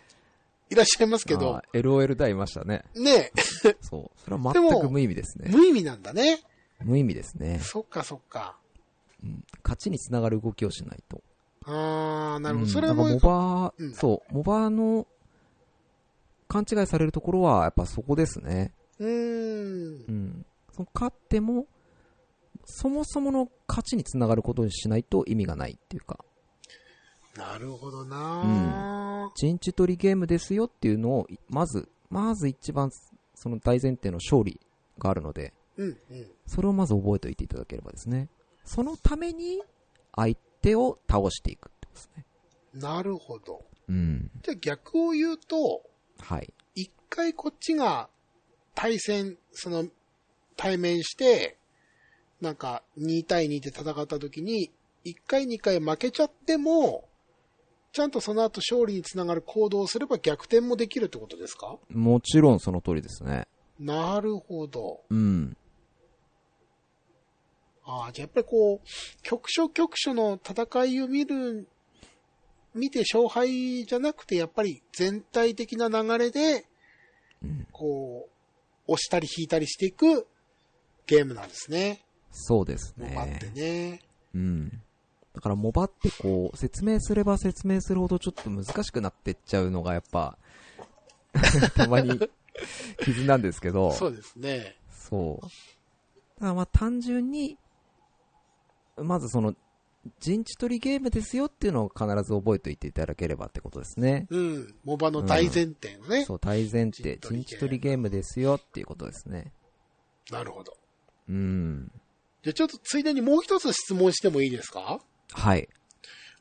Speaker 1: らっしゃいますけど
Speaker 2: あ、ー LOL だいましたね。
Speaker 1: ねえ、
Speaker 2: そう。それは全く無意味ですね。
Speaker 1: 無意味なんだね。
Speaker 2: 無意味ですね。
Speaker 1: そっかそっか。
Speaker 2: うん。勝ちにつながる動きをしないと。
Speaker 1: あー、なるほ
Speaker 2: うん
Speaker 1: ど。それも、
Speaker 2: だからモバ、
Speaker 1: うん
Speaker 2: そう、モバの勘違いされるところは、やっぱそこですね。
Speaker 1: うーん
Speaker 2: う。ん。その勝っても、そもそもの勝ちにつながることにしないと意味がないっていうか、
Speaker 1: なるほどな
Speaker 2: 陣地取りゲームですよっていうのを、まず、まず一番、その大前提の勝利があるので、
Speaker 1: ー、うん、うん。
Speaker 2: それをまず覚えておいていただければですね。そのために、相手を倒していくってことですね。
Speaker 1: なるほど。
Speaker 2: うん。
Speaker 1: じゃあ逆を言うと、
Speaker 2: はい。
Speaker 1: 一回こっちが対戦、その、対面して、なんか2対2で戦った時に、一回二回負けちゃっても、ちゃんとその後勝利につながる行動をすれば逆転もできるってことですか
Speaker 2: もちろんその通りですね。
Speaker 1: なるほど。
Speaker 2: うん。
Speaker 1: ああ、じゃあやっぱりこう、局所局所の戦いを見る、見て勝敗じゃなくて、やっぱり全体的な流れで、こう、押したり引いたりしていくゲームなんですね。
Speaker 2: そうです
Speaker 1: もうあって
Speaker 2: ね。
Speaker 1: ね。
Speaker 2: うん。だから、モバってこう、説明すれば説明するほどちょっと難しくなってっちゃうのがやっぱ、 [laughs] たまに傷なんですけ
Speaker 1: [laughs]
Speaker 2: ど、
Speaker 1: そ
Speaker 2: そう。
Speaker 1: うですね。
Speaker 2: だからまあ単純に、まずその、陣地取りゲームですよっていうのを必ず覚えておいていただければってことですね。
Speaker 1: うん。モバの大前提のね。
Speaker 2: そう、大前提、
Speaker 1: 陣
Speaker 2: 陣
Speaker 1: 地
Speaker 2: 地取
Speaker 1: 取
Speaker 2: り
Speaker 1: り
Speaker 2: ゲームですよっていうことですね。
Speaker 1: なるほど。
Speaker 2: うん。
Speaker 1: じゃあちょっとついでにもう一つ質問してもいいですか
Speaker 2: はい。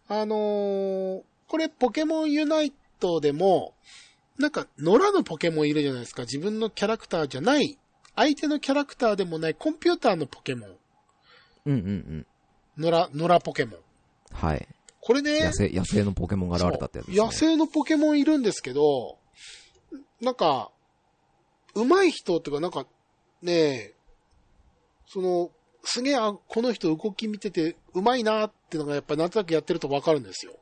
Speaker 1: あのーこれポケモンユナイトでも、なんか野良のポケモンいるじゃないですか。自分のキャラクターじゃない、相手のキャラクターでもないコンピューターのポケモン。
Speaker 2: うんうんうん。
Speaker 1: 野良、野良ポケモン。
Speaker 2: はい。
Speaker 1: これね
Speaker 2: 野、生、野生のポケモンが現れたってやつです、ね。
Speaker 1: 野生のポケモンいるんですけど、なんか、上手い人っていうか、なんか、ねえ、その、すげえ、あ、この人動き見てて上手いなってのがやっぱなんとなくやってるとわかるんですよ。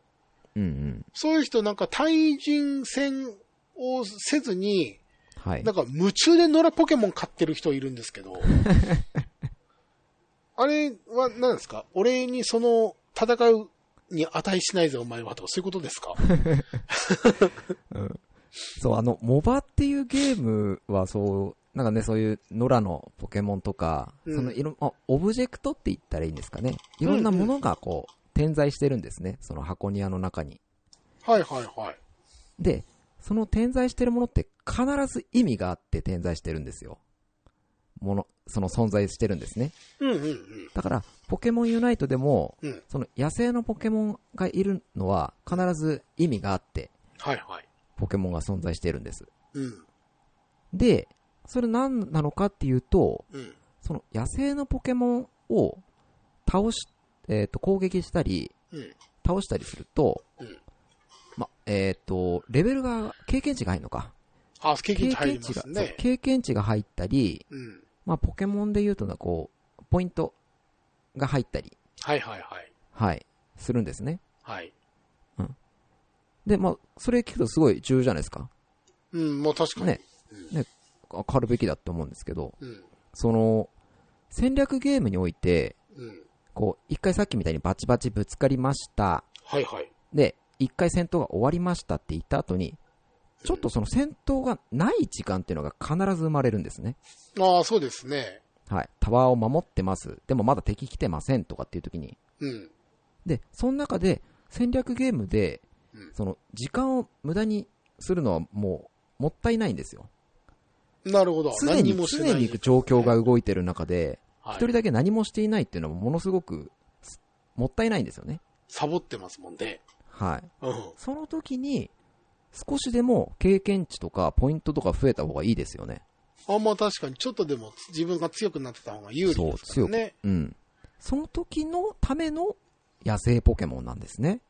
Speaker 2: うんうん。
Speaker 1: そういう人なんか対人戦をせずに、
Speaker 2: はい
Speaker 1: な。んか夢中で野良ポケモン買ってる人いるんです
Speaker 2: [laughs]
Speaker 1: けど、あれは何ですか俺にその戦うに値しないぜお前はとかそういうことです
Speaker 2: [laughs]
Speaker 1: か
Speaker 2: そう、あの、モバっていうゲームはそう、なんかね、そういう野良のポケモンとか、
Speaker 1: うん
Speaker 2: そのいろ、あオブジェクトって言ったらいいんですかね。いろんなものがこう、点在してるんですね。その箱庭の中に。
Speaker 1: はいはいはい。
Speaker 2: で、その点在してるものって必ず意味があって点在してるんですよ。もの、その存在してるんですね。
Speaker 1: うんうんうん。
Speaker 2: だから、ポケモンユナイトでも、
Speaker 1: うん。
Speaker 2: その野生のポケモンがいるのは必ず意味があって、
Speaker 1: はいはい。
Speaker 2: ポケモンが存在してるんです。
Speaker 1: うん。
Speaker 2: で、それ何なのかっていうと、
Speaker 1: うん。
Speaker 2: その野生のポケモンを倒し、えっ、と、攻撃したり、
Speaker 1: うん。
Speaker 2: 倒したりすると、
Speaker 1: うん
Speaker 2: ま、えっ、と、レベルが、経験値が入るのか。
Speaker 1: あ、経験値入りま
Speaker 2: 値が、
Speaker 1: すね
Speaker 2: そう。経験値が入ったり、
Speaker 1: うん。
Speaker 2: まあ、ポケモンで言うとな、こう、ポイントが入ったり、
Speaker 1: はいはいはい。
Speaker 2: はい、するんですね。
Speaker 1: はい。
Speaker 2: で、まあ、それ聞くとすごい重要じゃないですか。
Speaker 1: うん、もう確かに。
Speaker 2: ね。ね、あ変わるべきだって思うんですけど、
Speaker 1: うん。
Speaker 2: その、戦略ゲームにおいて、
Speaker 1: うん。
Speaker 2: こう、一回さっきみたいにバチバチぶつかりました。
Speaker 1: はいはい。
Speaker 2: で、一回戦闘が終わりましたって言った後に、ちょっとその戦闘がない時間っていうのが必ず生まれるんですね。
Speaker 1: ああ、そうですね。
Speaker 2: はい。タワーを守ってます。でもまだ敵来てませんとかっていう時に。
Speaker 1: うん。
Speaker 2: で、その中で戦略ゲームで
Speaker 1: うん、
Speaker 2: その時間を無駄にするのはもう、もったいないんですよ。
Speaker 1: なるほど。
Speaker 2: 常
Speaker 1: 何
Speaker 2: に、
Speaker 1: もしない
Speaker 2: 常に行く状況が動いてる中で、
Speaker 1: はい
Speaker 2: 一人だけ何もしていないっていうのはものすごく、すもったいないんですよね。
Speaker 1: サボってますもんね。
Speaker 2: はい。
Speaker 1: うん。
Speaker 2: その時に、少しでも経験値とかポイントとか増えた方がいいですよね。
Speaker 1: あんまあ確かに、ちょっとでも自分が強くなってた方が有利
Speaker 2: そ
Speaker 1: で
Speaker 2: う、
Speaker 1: すか
Speaker 2: 強
Speaker 1: ら
Speaker 2: く。
Speaker 1: ね。
Speaker 2: うん。その時のための野生ポケモンなんですね。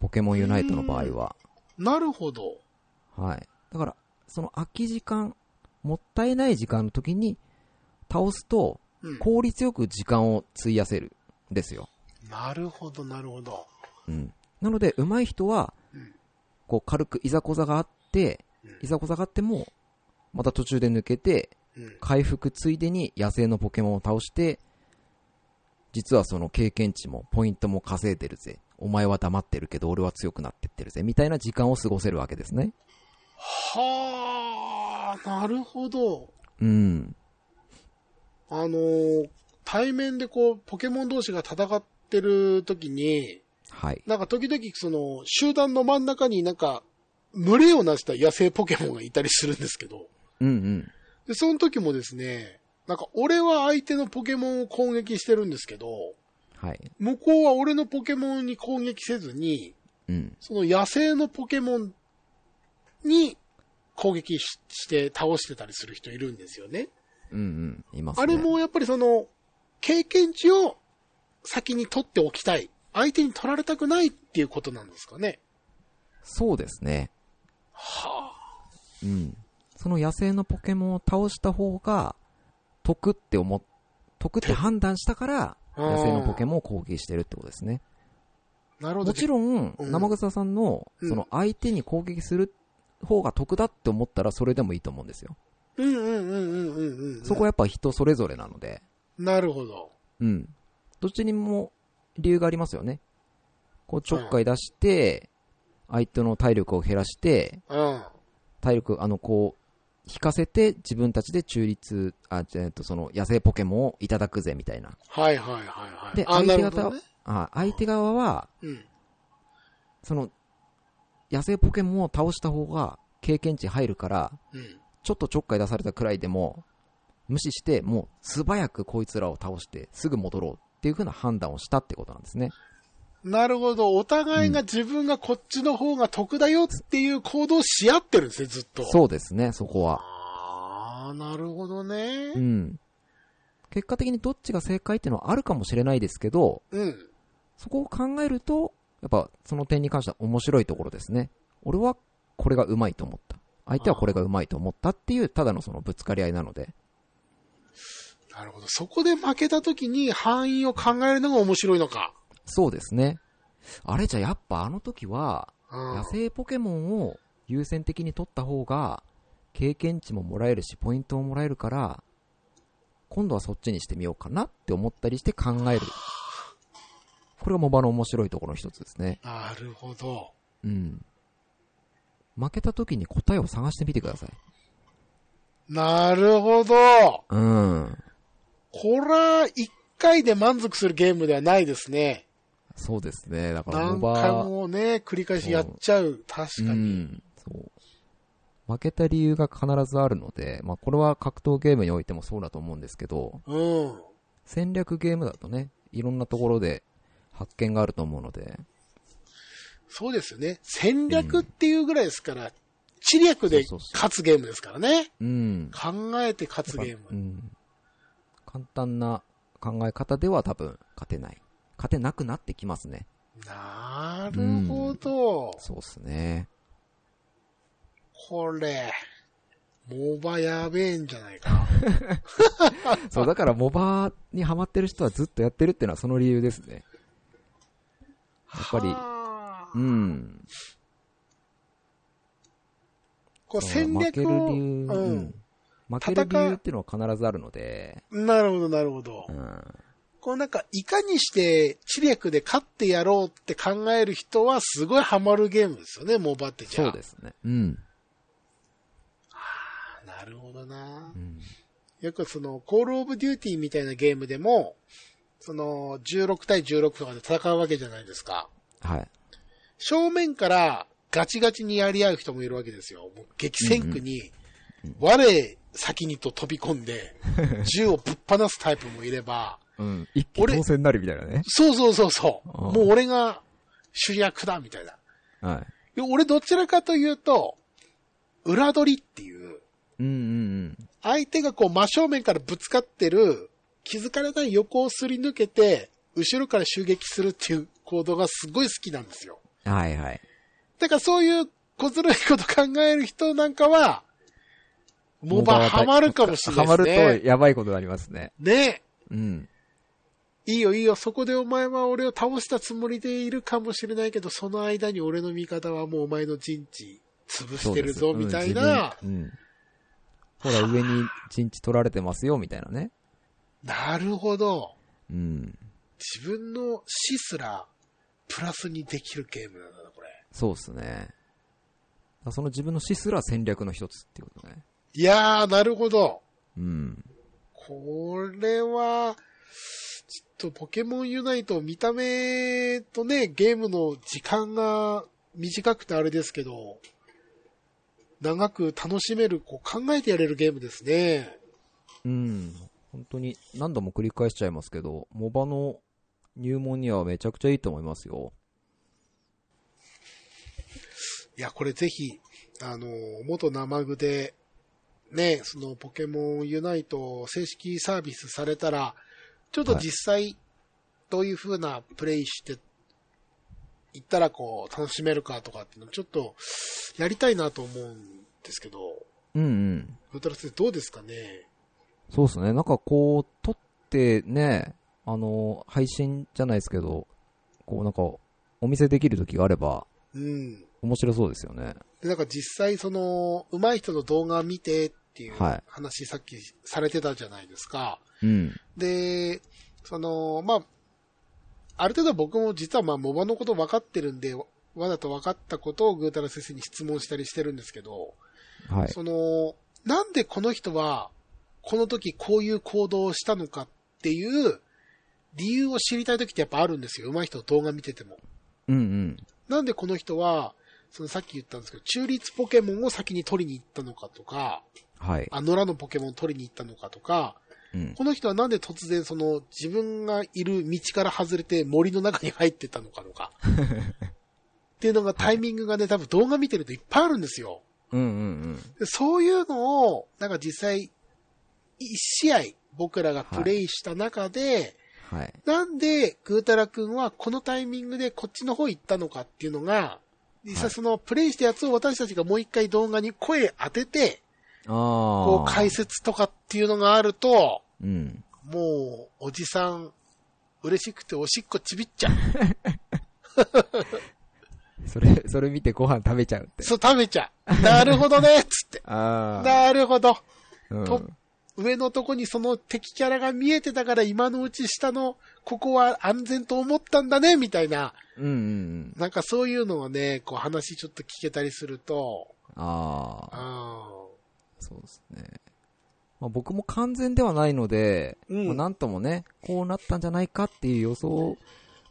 Speaker 2: ポケモンユナイトの場合は。
Speaker 1: なるほど。
Speaker 2: はい。だから、その空き時間、もったいない時間の時に倒すと
Speaker 1: うん。
Speaker 2: 効率よく時間を費やせるんですよ。
Speaker 1: なるほど、なるほど。
Speaker 2: うん。なので、上手い人は
Speaker 1: うん、
Speaker 2: こう軽くいざこざがあって
Speaker 1: うん、
Speaker 2: いざこざがあっても、また途中で抜けて、
Speaker 1: うん。
Speaker 2: 回復ついでに野生のポケモンを倒して、実はその経験値もポイントも稼いでるぜ。お前は黙ってるけど俺は強くなってってるぜ。みたいな時間を過ごせるわけですね。
Speaker 1: はあ、なるほど。
Speaker 2: うん。
Speaker 1: あのー対面でこう、ポケモン同士が戦ってる時に、
Speaker 2: はい。
Speaker 1: なんか時々その、集団の真ん中になんか、群れをなした野生ポケモンがいたりするんですけど、
Speaker 2: うんうん。
Speaker 1: で、その時もですね、なんか俺は相手のポケモンを攻撃してるんですけど、
Speaker 2: はい。
Speaker 1: 向こうは俺のポケモンに攻撃せずに、
Speaker 2: うん。
Speaker 1: その野生のポケモンに攻撃しして倒してたりする人いるんですよね。
Speaker 2: うんうん。いますね。
Speaker 1: あれ。もやっぱりその、経験値を先に取っておきたい。相手に取られたくないっていうことなんですかね。
Speaker 2: そうですね。
Speaker 1: はあ。
Speaker 2: うん。その野生のポケモンを倒した方が、得って思っ、得って判断したから、
Speaker 1: うん
Speaker 2: 野生のポケモンを攻撃してるってことですね。
Speaker 1: なるほど。
Speaker 2: もちろん、
Speaker 1: うん
Speaker 2: 生草さんの、
Speaker 1: うん
Speaker 2: その相手に攻撃する方が得だって思ったらそれでもいいと思うんですよ。
Speaker 1: うんうんうんうんうんうん。
Speaker 2: そこはやっぱ人それぞれなので、
Speaker 1: なるほど。
Speaker 2: うん。どっちにも理由がありますよね。こうちょっかい出して、相手の体力を減らして、
Speaker 1: うん。
Speaker 2: 体力、あの、こう、引かせて自分たちで中立、あ、じゃえっと、その野生ポケモンをいただくぜみたいな。
Speaker 1: はいはいはいはい。
Speaker 2: で、
Speaker 1: あ、
Speaker 2: 相
Speaker 1: な
Speaker 2: 手
Speaker 1: るほ
Speaker 2: 方
Speaker 1: ど
Speaker 2: は、
Speaker 1: ね。
Speaker 2: あ相手側は、
Speaker 1: うん。
Speaker 2: その、野生ポケモンを倒した方が経験値入るから、
Speaker 1: うん。
Speaker 2: ちょっとちょっかい出されたくらいでも、無視して、もう素早くこいつらを倒して、すぐ戻ろうっていう風な判断をしたってことなんですね。
Speaker 1: なるほど。お互いが自分がこっちの方が得だよっていう行動をし合ってるんですね、ずっと。う。
Speaker 2: そうですね、そこは。
Speaker 1: あー、なるほど
Speaker 2: う
Speaker 1: ね。
Speaker 2: ん。結果的にどっちが正解っていうのはあるかもしれないですけど、
Speaker 1: うん。
Speaker 2: そこを考えると、やっぱその点に関しては面白いところですね。俺はこれがうまいと思った。相手はこれがうまいと思ったっていう、ただのそのぶつかり合いなので。
Speaker 1: なるほど。そこで負けた時に範囲を考えるのが面白いのか。
Speaker 2: そうですね。あれじゃやっぱあの時は、
Speaker 1: うん。
Speaker 2: 野生ポケモンを優先的に取った方が、経験値ももらえるし、ポイントももらえるから、今度はそっちにしてみようかなって思ったりして考える。これがモバの面白いところの一つですね。
Speaker 1: なるほど。
Speaker 2: うん。負けた時に答えを探してみてください。
Speaker 1: なるほど。
Speaker 2: うん。
Speaker 1: こら、一回で満足するゲームではないですね。
Speaker 2: そうですね。だからモ
Speaker 1: 何
Speaker 2: バ
Speaker 1: 回もね、繰り返しやっちゃう。確か
Speaker 2: う
Speaker 1: に。
Speaker 2: ん。そう。負けた理由が必ずあるので、まあこれは格闘ゲームにおいてもそうだと思うんですけど、
Speaker 1: うん。
Speaker 2: 戦略ゲームだとね、いろんなところで発見があると思うので、
Speaker 1: そうですよね。戦略っていうぐらいですから、知略で
Speaker 2: そうそうそう
Speaker 1: 勝つゲームですからね。
Speaker 2: うん。
Speaker 1: 考えて勝つゲー
Speaker 2: う
Speaker 1: ム。
Speaker 2: ん。簡単な考え方では多分勝てない。勝てなくなってきますね。
Speaker 1: なるほど。
Speaker 2: そうっすね。
Speaker 1: これ、モバやべえんじゃないかな。
Speaker 2: そう、だからモバにハマってる人はずっとやってるっていうのはその理由ですね。やっぱり
Speaker 1: はあ
Speaker 2: うん。
Speaker 1: こう
Speaker 2: そう
Speaker 1: 戦
Speaker 2: 負
Speaker 1: 略
Speaker 2: ける
Speaker 1: を、
Speaker 2: 理由、う
Speaker 1: うん
Speaker 2: ん。負ける理由っていうのは必ずあるので、
Speaker 1: なるほど、なるほど。
Speaker 2: うん。
Speaker 1: こうなんか、いかにして知略で勝ってやろうって考える人はすごいハマるゲームですよね、モバってじゃあ。
Speaker 2: そうですね。うん。
Speaker 1: あなるほどな
Speaker 2: う。ん
Speaker 1: よくその、コールオブデューティーみたいなゲームでも、その、16対16とかで戦うわけじゃないですか。
Speaker 2: はい。
Speaker 1: 正面からガチガチにやり合う人もいるわけですよ。もう激戦区に、我先にと飛び込んで、銃をぶっ放すタイプもいれば、
Speaker 2: うん。一
Speaker 1: 気当
Speaker 2: 選になるみたいなね。
Speaker 1: そうそうそうそう。
Speaker 2: うん
Speaker 1: もう俺が主役だ、みたいな。
Speaker 2: はい
Speaker 1: や俺どちらかというと、裏取りっていう、
Speaker 2: い。うんうん
Speaker 1: 相手がこう真正面からぶつかってる、気づかれない横をすり抜けて、後ろから襲撃するっていう行動がすごい好きなんですよ。
Speaker 2: うん。はいはい。
Speaker 1: だからそういう小ずるいこと考える人なんかは、モバハマるかもしれないですね。
Speaker 2: ハマるとやばいことになりますね。
Speaker 1: ね
Speaker 2: うん。
Speaker 1: いいよいいよ、そこでお前は俺を倒したつもりでいるかもしれないけど、その間に俺の味方はもうお前の陣地潰してるぞ、
Speaker 2: そうです
Speaker 1: みたいな、。
Speaker 2: うん自分うん。ほら、上に陣地取られてますよ、みたいなね。
Speaker 1: なるほど。
Speaker 2: うん。
Speaker 1: 自分の死すらプラスにできるゲームなんだな、これ。
Speaker 2: そうっすね。その自分の死すら戦略の一つっていうことね。
Speaker 1: いやー、なるほど。
Speaker 2: うん。
Speaker 1: これは、ちょっとポケモンユナイト見た目とね、ゲームの時間が短くてあれですけど、長く楽しめる、こう考えてやれるゲームですね。
Speaker 2: うん。本当に何度も繰り返しちゃいますけど、モバの入門にはめちゃくちゃいいと思いますよ。
Speaker 1: いや、これぜひ、あの、元生具で、ね、そのポケモンユナイト正式サービスされたら、ちょっと
Speaker 2: はい
Speaker 1: 実際、どういう風なプレイして、いったらこう、楽しめるかとかっていうの、ちょっと、やりたいなと思うんですけど、
Speaker 2: うんうん。
Speaker 1: ウトラスどうですかね
Speaker 2: そうですね。なんかこう、撮ってね、あの、配信じゃないですけど、こうなんか、お見せできる時があれば、
Speaker 1: うん。
Speaker 2: 面白そうですよね。
Speaker 1: で、なんか実際その、上手い人の動画見てっていう
Speaker 2: はい
Speaker 1: 話さっきされてたじゃないですか。
Speaker 2: うん。
Speaker 1: で、その、まあ、ある程度僕も実はまあ、モバのこと分かってるんで、わざと分かったことをぐーたら先生に質問したりしてるんですけど、
Speaker 2: はい。
Speaker 1: その、なんでこの人は、この時こういう行動をしたのかっていう、理由を知りたい時ってやっぱあるんですよ。上手い人の動画見てても。
Speaker 2: うんうん。
Speaker 1: なんでこの人は、そのさっき言ったんですけど、中立ポケモンを先に取りに行ったのかとか、
Speaker 2: はい。
Speaker 1: あ、野良のポケモンを取りに行ったのかとか、
Speaker 2: うん。
Speaker 1: この人はなんで突然その自分がいる道から外れて森の中に入ってったのかと
Speaker 2: [laughs]
Speaker 1: か。っていうのがタイミングがね、多分動画見てるといっぱいあるんですよ。
Speaker 2: うんうん
Speaker 1: でそういうのを、なんか実際、一試合僕らがプレイした中で、
Speaker 2: うん。はい。
Speaker 1: なんでぐーたらくんはこのタイミングでこっちの方行ったのかっていうのが、実際そのプレイしたやつを私たちがもう一回動画に声当てて、
Speaker 2: ああ。
Speaker 1: こう解説とかっていうのがあると、
Speaker 2: うん。
Speaker 1: もう、おじさん、嬉しくておしっこちびっちゃう。
Speaker 2: それ、それ見てご飯食べちゃうって。
Speaker 1: そう、食べちゃ [laughs] う。なるほどね、つって。
Speaker 2: ああ。
Speaker 1: なるほど。
Speaker 2: うん
Speaker 1: と上のとこにその敵キャラが見えてたから今のうち下の、ここは安全と思ったんだね、みたいな。
Speaker 2: うんうんうん。
Speaker 1: なんかそういうのをね、こう話ちょっと聞けたりすると、
Speaker 2: ああ。
Speaker 1: あ
Speaker 2: そうですね。まあ、僕も完全ではないので、
Speaker 1: うん
Speaker 2: まあ、なんともね、こうなったんじゃないかっていう予想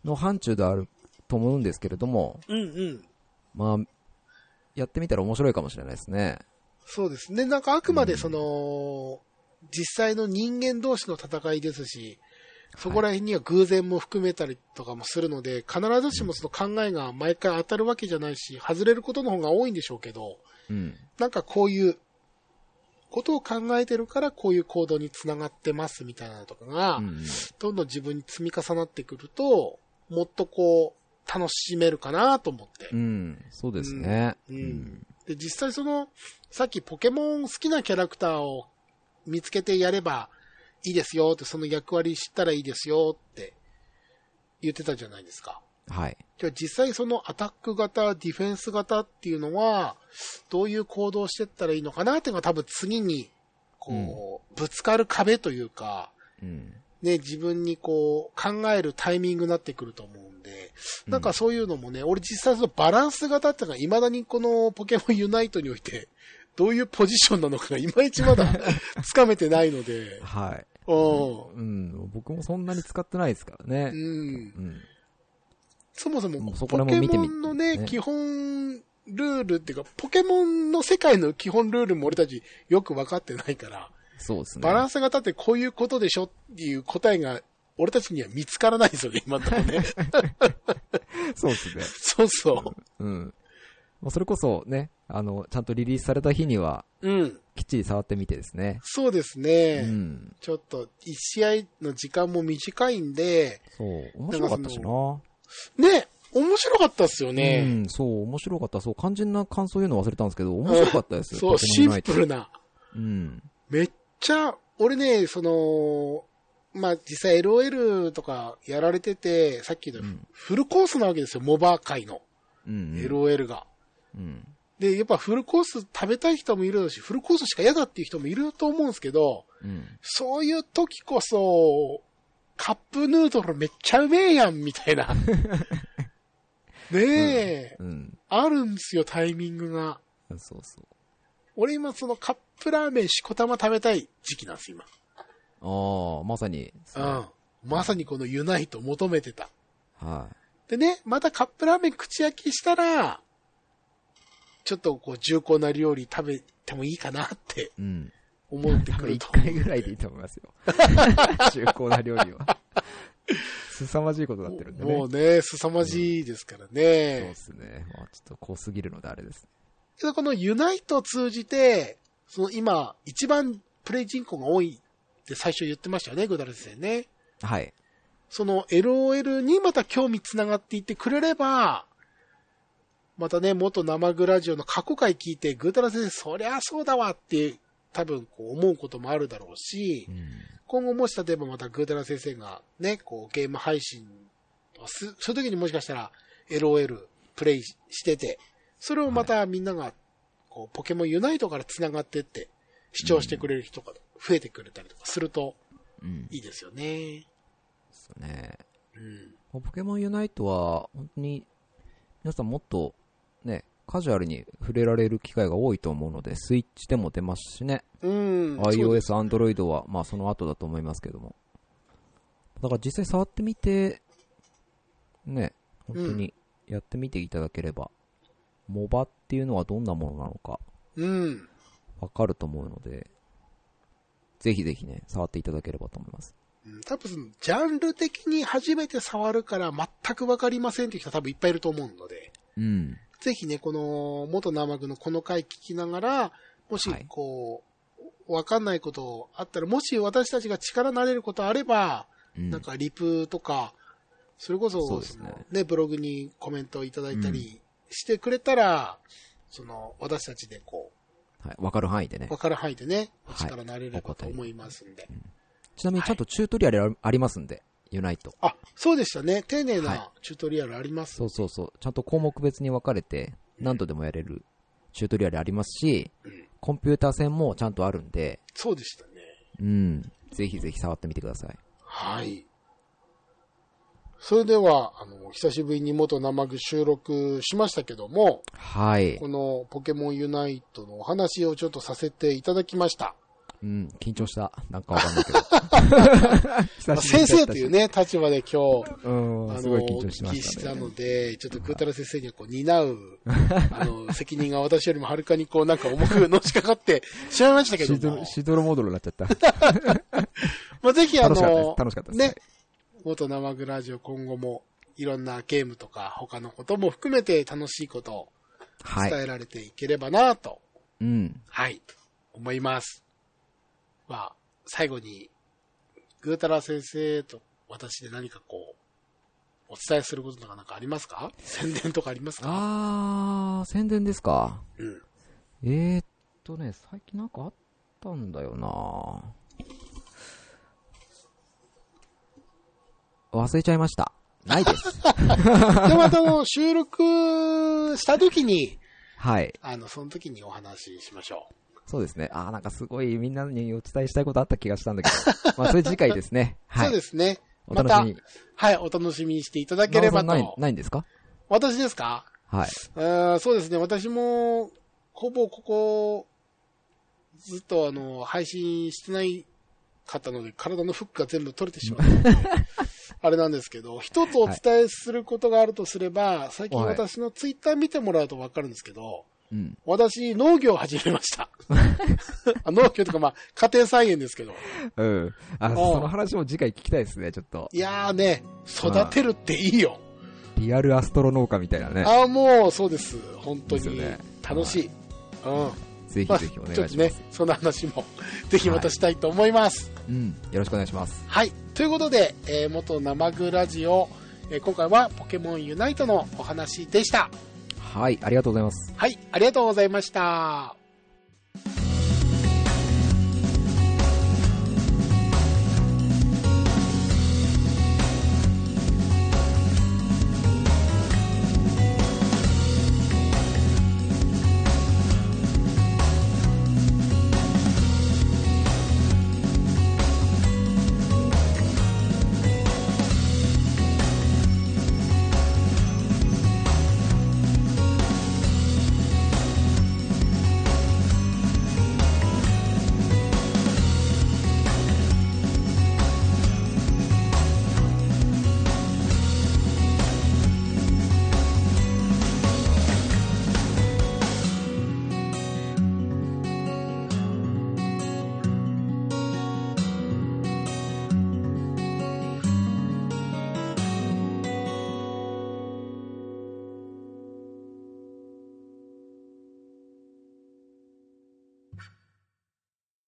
Speaker 2: の範疇であると思うんですけれども、
Speaker 1: うんうん。
Speaker 2: まあ、やってみたら面白いかもしれないですね。
Speaker 1: そうですね。なんかあくまでその、実際の人間同士の戦いですし、そこら辺には偶然も含めたりとかもするので、必ずしもその考えが毎回当たるわけじゃないし、外れることの方が多いんでしょうけど、
Speaker 2: うん。
Speaker 1: なんかこういうことを考えてるからこういう行動につながってますみたいなのとかが、
Speaker 2: うん、
Speaker 1: どんどん自分に積み重なってくると、もっとこう、楽しめるかなと思って。
Speaker 2: うん、そうですね。
Speaker 1: う
Speaker 2: うんん。
Speaker 1: で、実際その、さっきポケモン好きなキャラクターを見つけてやればいいですよって、その役割知ったらいいですよって言ってたじゃないですか。
Speaker 2: はい。
Speaker 1: じゃあ実際そのアタック型、ディフェンス型っていうのは、どういう行動してったらいいのかなっていうのが多分次に、こう、ぶつかる壁というか、
Speaker 2: うん。
Speaker 1: ね、自分にこう、考えるタイミングになってくると思うんで、なんかそういうのもね、俺実際そのバランス型っていうのが未だにこのポケモンユナイトにおいて、 [laughs] どういうポジションなのかがいまいちま
Speaker 2: [laughs]
Speaker 1: だつかめてないので、
Speaker 2: はい。
Speaker 1: う
Speaker 2: うん。僕もそんなに使ってないですからね
Speaker 1: ん。う。ん。
Speaker 2: うん。
Speaker 1: そもそも
Speaker 2: もう
Speaker 1: ポ
Speaker 2: そ
Speaker 1: ケ
Speaker 2: こ
Speaker 1: モ
Speaker 2: ら辺も見てみ
Speaker 1: ンのね、
Speaker 2: ね
Speaker 1: 基本ルールっていうか、ポケモンの世界の基本ルールも俺たちよく分かってないから、
Speaker 2: そうですね。
Speaker 1: バランス型ってこういうことでしょっていう答えが、俺たちには見つからないですよね、今のところ
Speaker 2: [laughs]
Speaker 1: ね。
Speaker 2: そうですね。
Speaker 1: そうそ
Speaker 2: うん。まあそれこそね、あの、ちゃんとリリースされた日には、
Speaker 1: う。うん。
Speaker 2: きっちり触ってみてですね。
Speaker 1: そうです
Speaker 2: う
Speaker 1: ね。
Speaker 2: ん。
Speaker 1: ちょっと、一試合の時間も短いんで、
Speaker 2: そう。面白かった
Speaker 1: な
Speaker 2: し
Speaker 1: んかそ
Speaker 2: な。
Speaker 1: ね、面白かったっすよ
Speaker 2: う
Speaker 1: ね。
Speaker 2: ん、そう、面白かった。そう、肝心な感想言うの忘れたんですけど、面白かったですよ。
Speaker 1: そう、
Speaker 2: ポケ
Speaker 1: シ
Speaker 2: モンナ
Speaker 1: ン
Speaker 2: イト
Speaker 1: プルな。
Speaker 2: うん。
Speaker 1: めっちゃ、俺ね、その、まあ、実際 LOL とかやられてて、さっき言った
Speaker 2: うん
Speaker 1: フルコースなわけですよ、モバ界の。
Speaker 2: うん。うん。
Speaker 1: LOL が。
Speaker 2: うん。
Speaker 1: で、やっぱフルコース食べたい人もいるし、フルコースしか嫌だっていう人もいると思うんですけど、
Speaker 2: うん。
Speaker 1: そういう時こそ、カップヌードルめっちゃうめえやん、みたい
Speaker 2: [laughs]
Speaker 1: な。ねえ、
Speaker 2: うん。
Speaker 1: あるんですよ、タイミングが。
Speaker 2: そうそう。
Speaker 1: 俺今そのカップラーメンしこたま食べたい時期なんです、今。
Speaker 2: ああ、まさに。
Speaker 1: うん。まさにこのユナイト求めてた。
Speaker 2: は
Speaker 1: でね、またカップラーメン口焼きしたら、ちょっとこう重厚な料理食べてもいいかなって
Speaker 2: い。うん。
Speaker 1: 思って
Speaker 2: 多
Speaker 1: く
Speaker 2: 分
Speaker 1: る
Speaker 2: 一
Speaker 1: と。
Speaker 2: 回ぐらいでいいと思い
Speaker 1: [laughs]
Speaker 2: ますよ。重厚な料理は。凄まじいことになってるんでね。
Speaker 1: もうね、凄まじいですから
Speaker 2: そう
Speaker 1: ね
Speaker 2: で。すね。まあちょっと濃すぎるのであれです。
Speaker 1: けどこのユナイトを通じて、その今、一番プレイ人口が多いって最初言ってましたよね、グダル先生ね。
Speaker 2: はい。
Speaker 1: その LOL にまた興味つながっていってくれれば、またね、元生グラジオの過去回聞いて、ぐーたら先生、そりゃそうだわって、多分こう思うこともあるだろうし
Speaker 2: う、ん。
Speaker 1: 今後もし例えばまたぐーたら先生がね、こうゲーム配信をす、そういう時にもしかしたら LOL プレイしてて、それをまたみんなが、こうポケモンユナイトからつながってって、視聴してくれる人が増えてくれたりとかすると
Speaker 2: うん。
Speaker 1: いいですよね。
Speaker 2: そうね。
Speaker 1: うん。
Speaker 2: ポケモンユナイトは、本当に、皆さんもっと、ね、カジュアルに触れられる機会が多いと思うので、スイッチでも出ますしね。
Speaker 1: うん。そうです
Speaker 2: iOS、Android は、まあその後だと思いますけども。だから実際触ってみて、ね、本当にやってみていただければ、モバっていうのはどんなものなのか、
Speaker 1: うん。
Speaker 2: わかると思うので、ぜひぜひね、触っていただければと思います。
Speaker 1: うん多分その、ジャンル的に初めて触るから全くわかりませんっていう人は多分いっぱいいると思うので、
Speaker 2: うん。
Speaker 1: ぜひね、この、元生具のこの回聞きながら、もし
Speaker 2: はい、
Speaker 1: こう、わかんないことあったら、もし私たちが力になれることあれば、
Speaker 2: うん
Speaker 1: なんかリプとか、それこそ、
Speaker 2: そうですね
Speaker 1: のね、ブログにコメントをいただいたりしてくれたら、その、私たちでこ
Speaker 2: はい、わかる範囲でね
Speaker 1: う、わ。かる範囲でね、お
Speaker 2: はい
Speaker 1: 力になれればと思いますんで。
Speaker 2: ちなみにちゃんとチュートリアルありますんで、ユナイト。
Speaker 1: あ、そうでしたね。丁寧
Speaker 2: はい
Speaker 1: なチュートリアルあります
Speaker 2: そ。うそうそう。ちゃんと項目別に分かれて、何度でもやれるチュートリアルありますし、
Speaker 1: うん
Speaker 2: コンピューター戦もちゃんとあるんで、
Speaker 1: そうでしたね。
Speaker 2: うん。ぜひぜひ触ってみてください。
Speaker 1: はい。それでは、あの、久しぶりに元生具収録しましたけども、
Speaker 2: はい
Speaker 1: こ。のポケモンユナイトのお話をちょっとさせていただきました。
Speaker 2: うん、緊張した。なんかわかんないけど。
Speaker 1: ま [laughs]
Speaker 2: 久
Speaker 1: あ
Speaker 2: しぶりだったし
Speaker 1: 先生という。ね、立場で今日、
Speaker 2: う
Speaker 1: あ
Speaker 2: ん、す
Speaker 1: の、
Speaker 2: ご
Speaker 1: お
Speaker 2: い緊張し
Speaker 1: 聞
Speaker 2: ま
Speaker 1: き
Speaker 2: し
Speaker 1: したた
Speaker 2: ね。
Speaker 1: ので、ちょっとクータラ先生にはこう担
Speaker 2: [laughs]
Speaker 1: う、あの、責任が私よりもはるかにこうなんか重くのしかかってしまいましたけ
Speaker 2: [laughs] シ
Speaker 1: ど
Speaker 2: ドロ、
Speaker 1: も、
Speaker 2: シドロモドロになっちゃった。
Speaker 1: まあ、ぜひあ
Speaker 2: 楽しかったで
Speaker 1: の
Speaker 2: す。、楽しかったです。
Speaker 1: ね、元生グラジオ今後もいろんなゲームとか他のことも含めて楽しいことを
Speaker 2: はい。は
Speaker 1: 伝
Speaker 2: い。
Speaker 1: えられていければなと、
Speaker 2: うん。
Speaker 1: はい、思います。まあ、最後に、ぐーたら先生と私で何かこう、お伝えすることとかなんかあります
Speaker 2: [laughs]
Speaker 1: か宣伝とかありますか
Speaker 2: あー、宣伝ですか。
Speaker 1: うん。
Speaker 2: えー、っとね、最近なんかあったんだよな忘れちゃいました。ない
Speaker 1: [laughs]
Speaker 2: です。
Speaker 1: で、またあの、収録した時に、
Speaker 2: はい。
Speaker 1: あの、その時にお話ししましょ
Speaker 2: そうですね。あー、なんかすごいみんなにお伝えしたいことあった気がしたんだけど。まあ、それ次回ですね。
Speaker 1: う。
Speaker 2: はい。
Speaker 1: そうですね。
Speaker 2: お
Speaker 1: ま
Speaker 2: 楽したみに。、
Speaker 1: はい、お楽しみにしていただければ
Speaker 2: なおさんない
Speaker 1: と。
Speaker 2: ないんですか
Speaker 1: 私ですか
Speaker 2: はい。
Speaker 1: うーんそうですね。私も、ほぼここ、ずっとあの、配信してないかったので、体のフックが全部取れてしまったの
Speaker 2: [laughs]
Speaker 1: で、あれなんですけど、一つお伝えすることがあるとすれば、最近
Speaker 2: はい
Speaker 1: 私のツイッター見てもらうとわかるんですけど、
Speaker 2: うん。
Speaker 1: 私、農業を始めま
Speaker 2: [laughs]
Speaker 1: した。あ農業とか、まあ、家庭菜園ですけど。
Speaker 2: うん。あ、その話も次回聞きたいですね、ちょっと。
Speaker 1: いやーね、育てるっていいよ。
Speaker 2: リアルアストロ農家みたいなね。
Speaker 1: ああ、もう、そうです。本当
Speaker 2: です
Speaker 1: に
Speaker 2: よね。
Speaker 1: 楽しい。うん。
Speaker 2: ぜ
Speaker 1: ま
Speaker 2: ひ
Speaker 1: あ、
Speaker 2: ぜひお願い
Speaker 1: ちょっと
Speaker 2: しま
Speaker 1: ね
Speaker 2: す。、
Speaker 1: そんな話も、 [laughs] ぜひまたしたいと思います。
Speaker 2: うん。よろしくお願いします。
Speaker 1: はい。ということで、えー元生グラジオ、えー今回はポケモンユナイトのお話でした。
Speaker 2: はい。ありがとうございます。
Speaker 1: はい。ありがとうございました。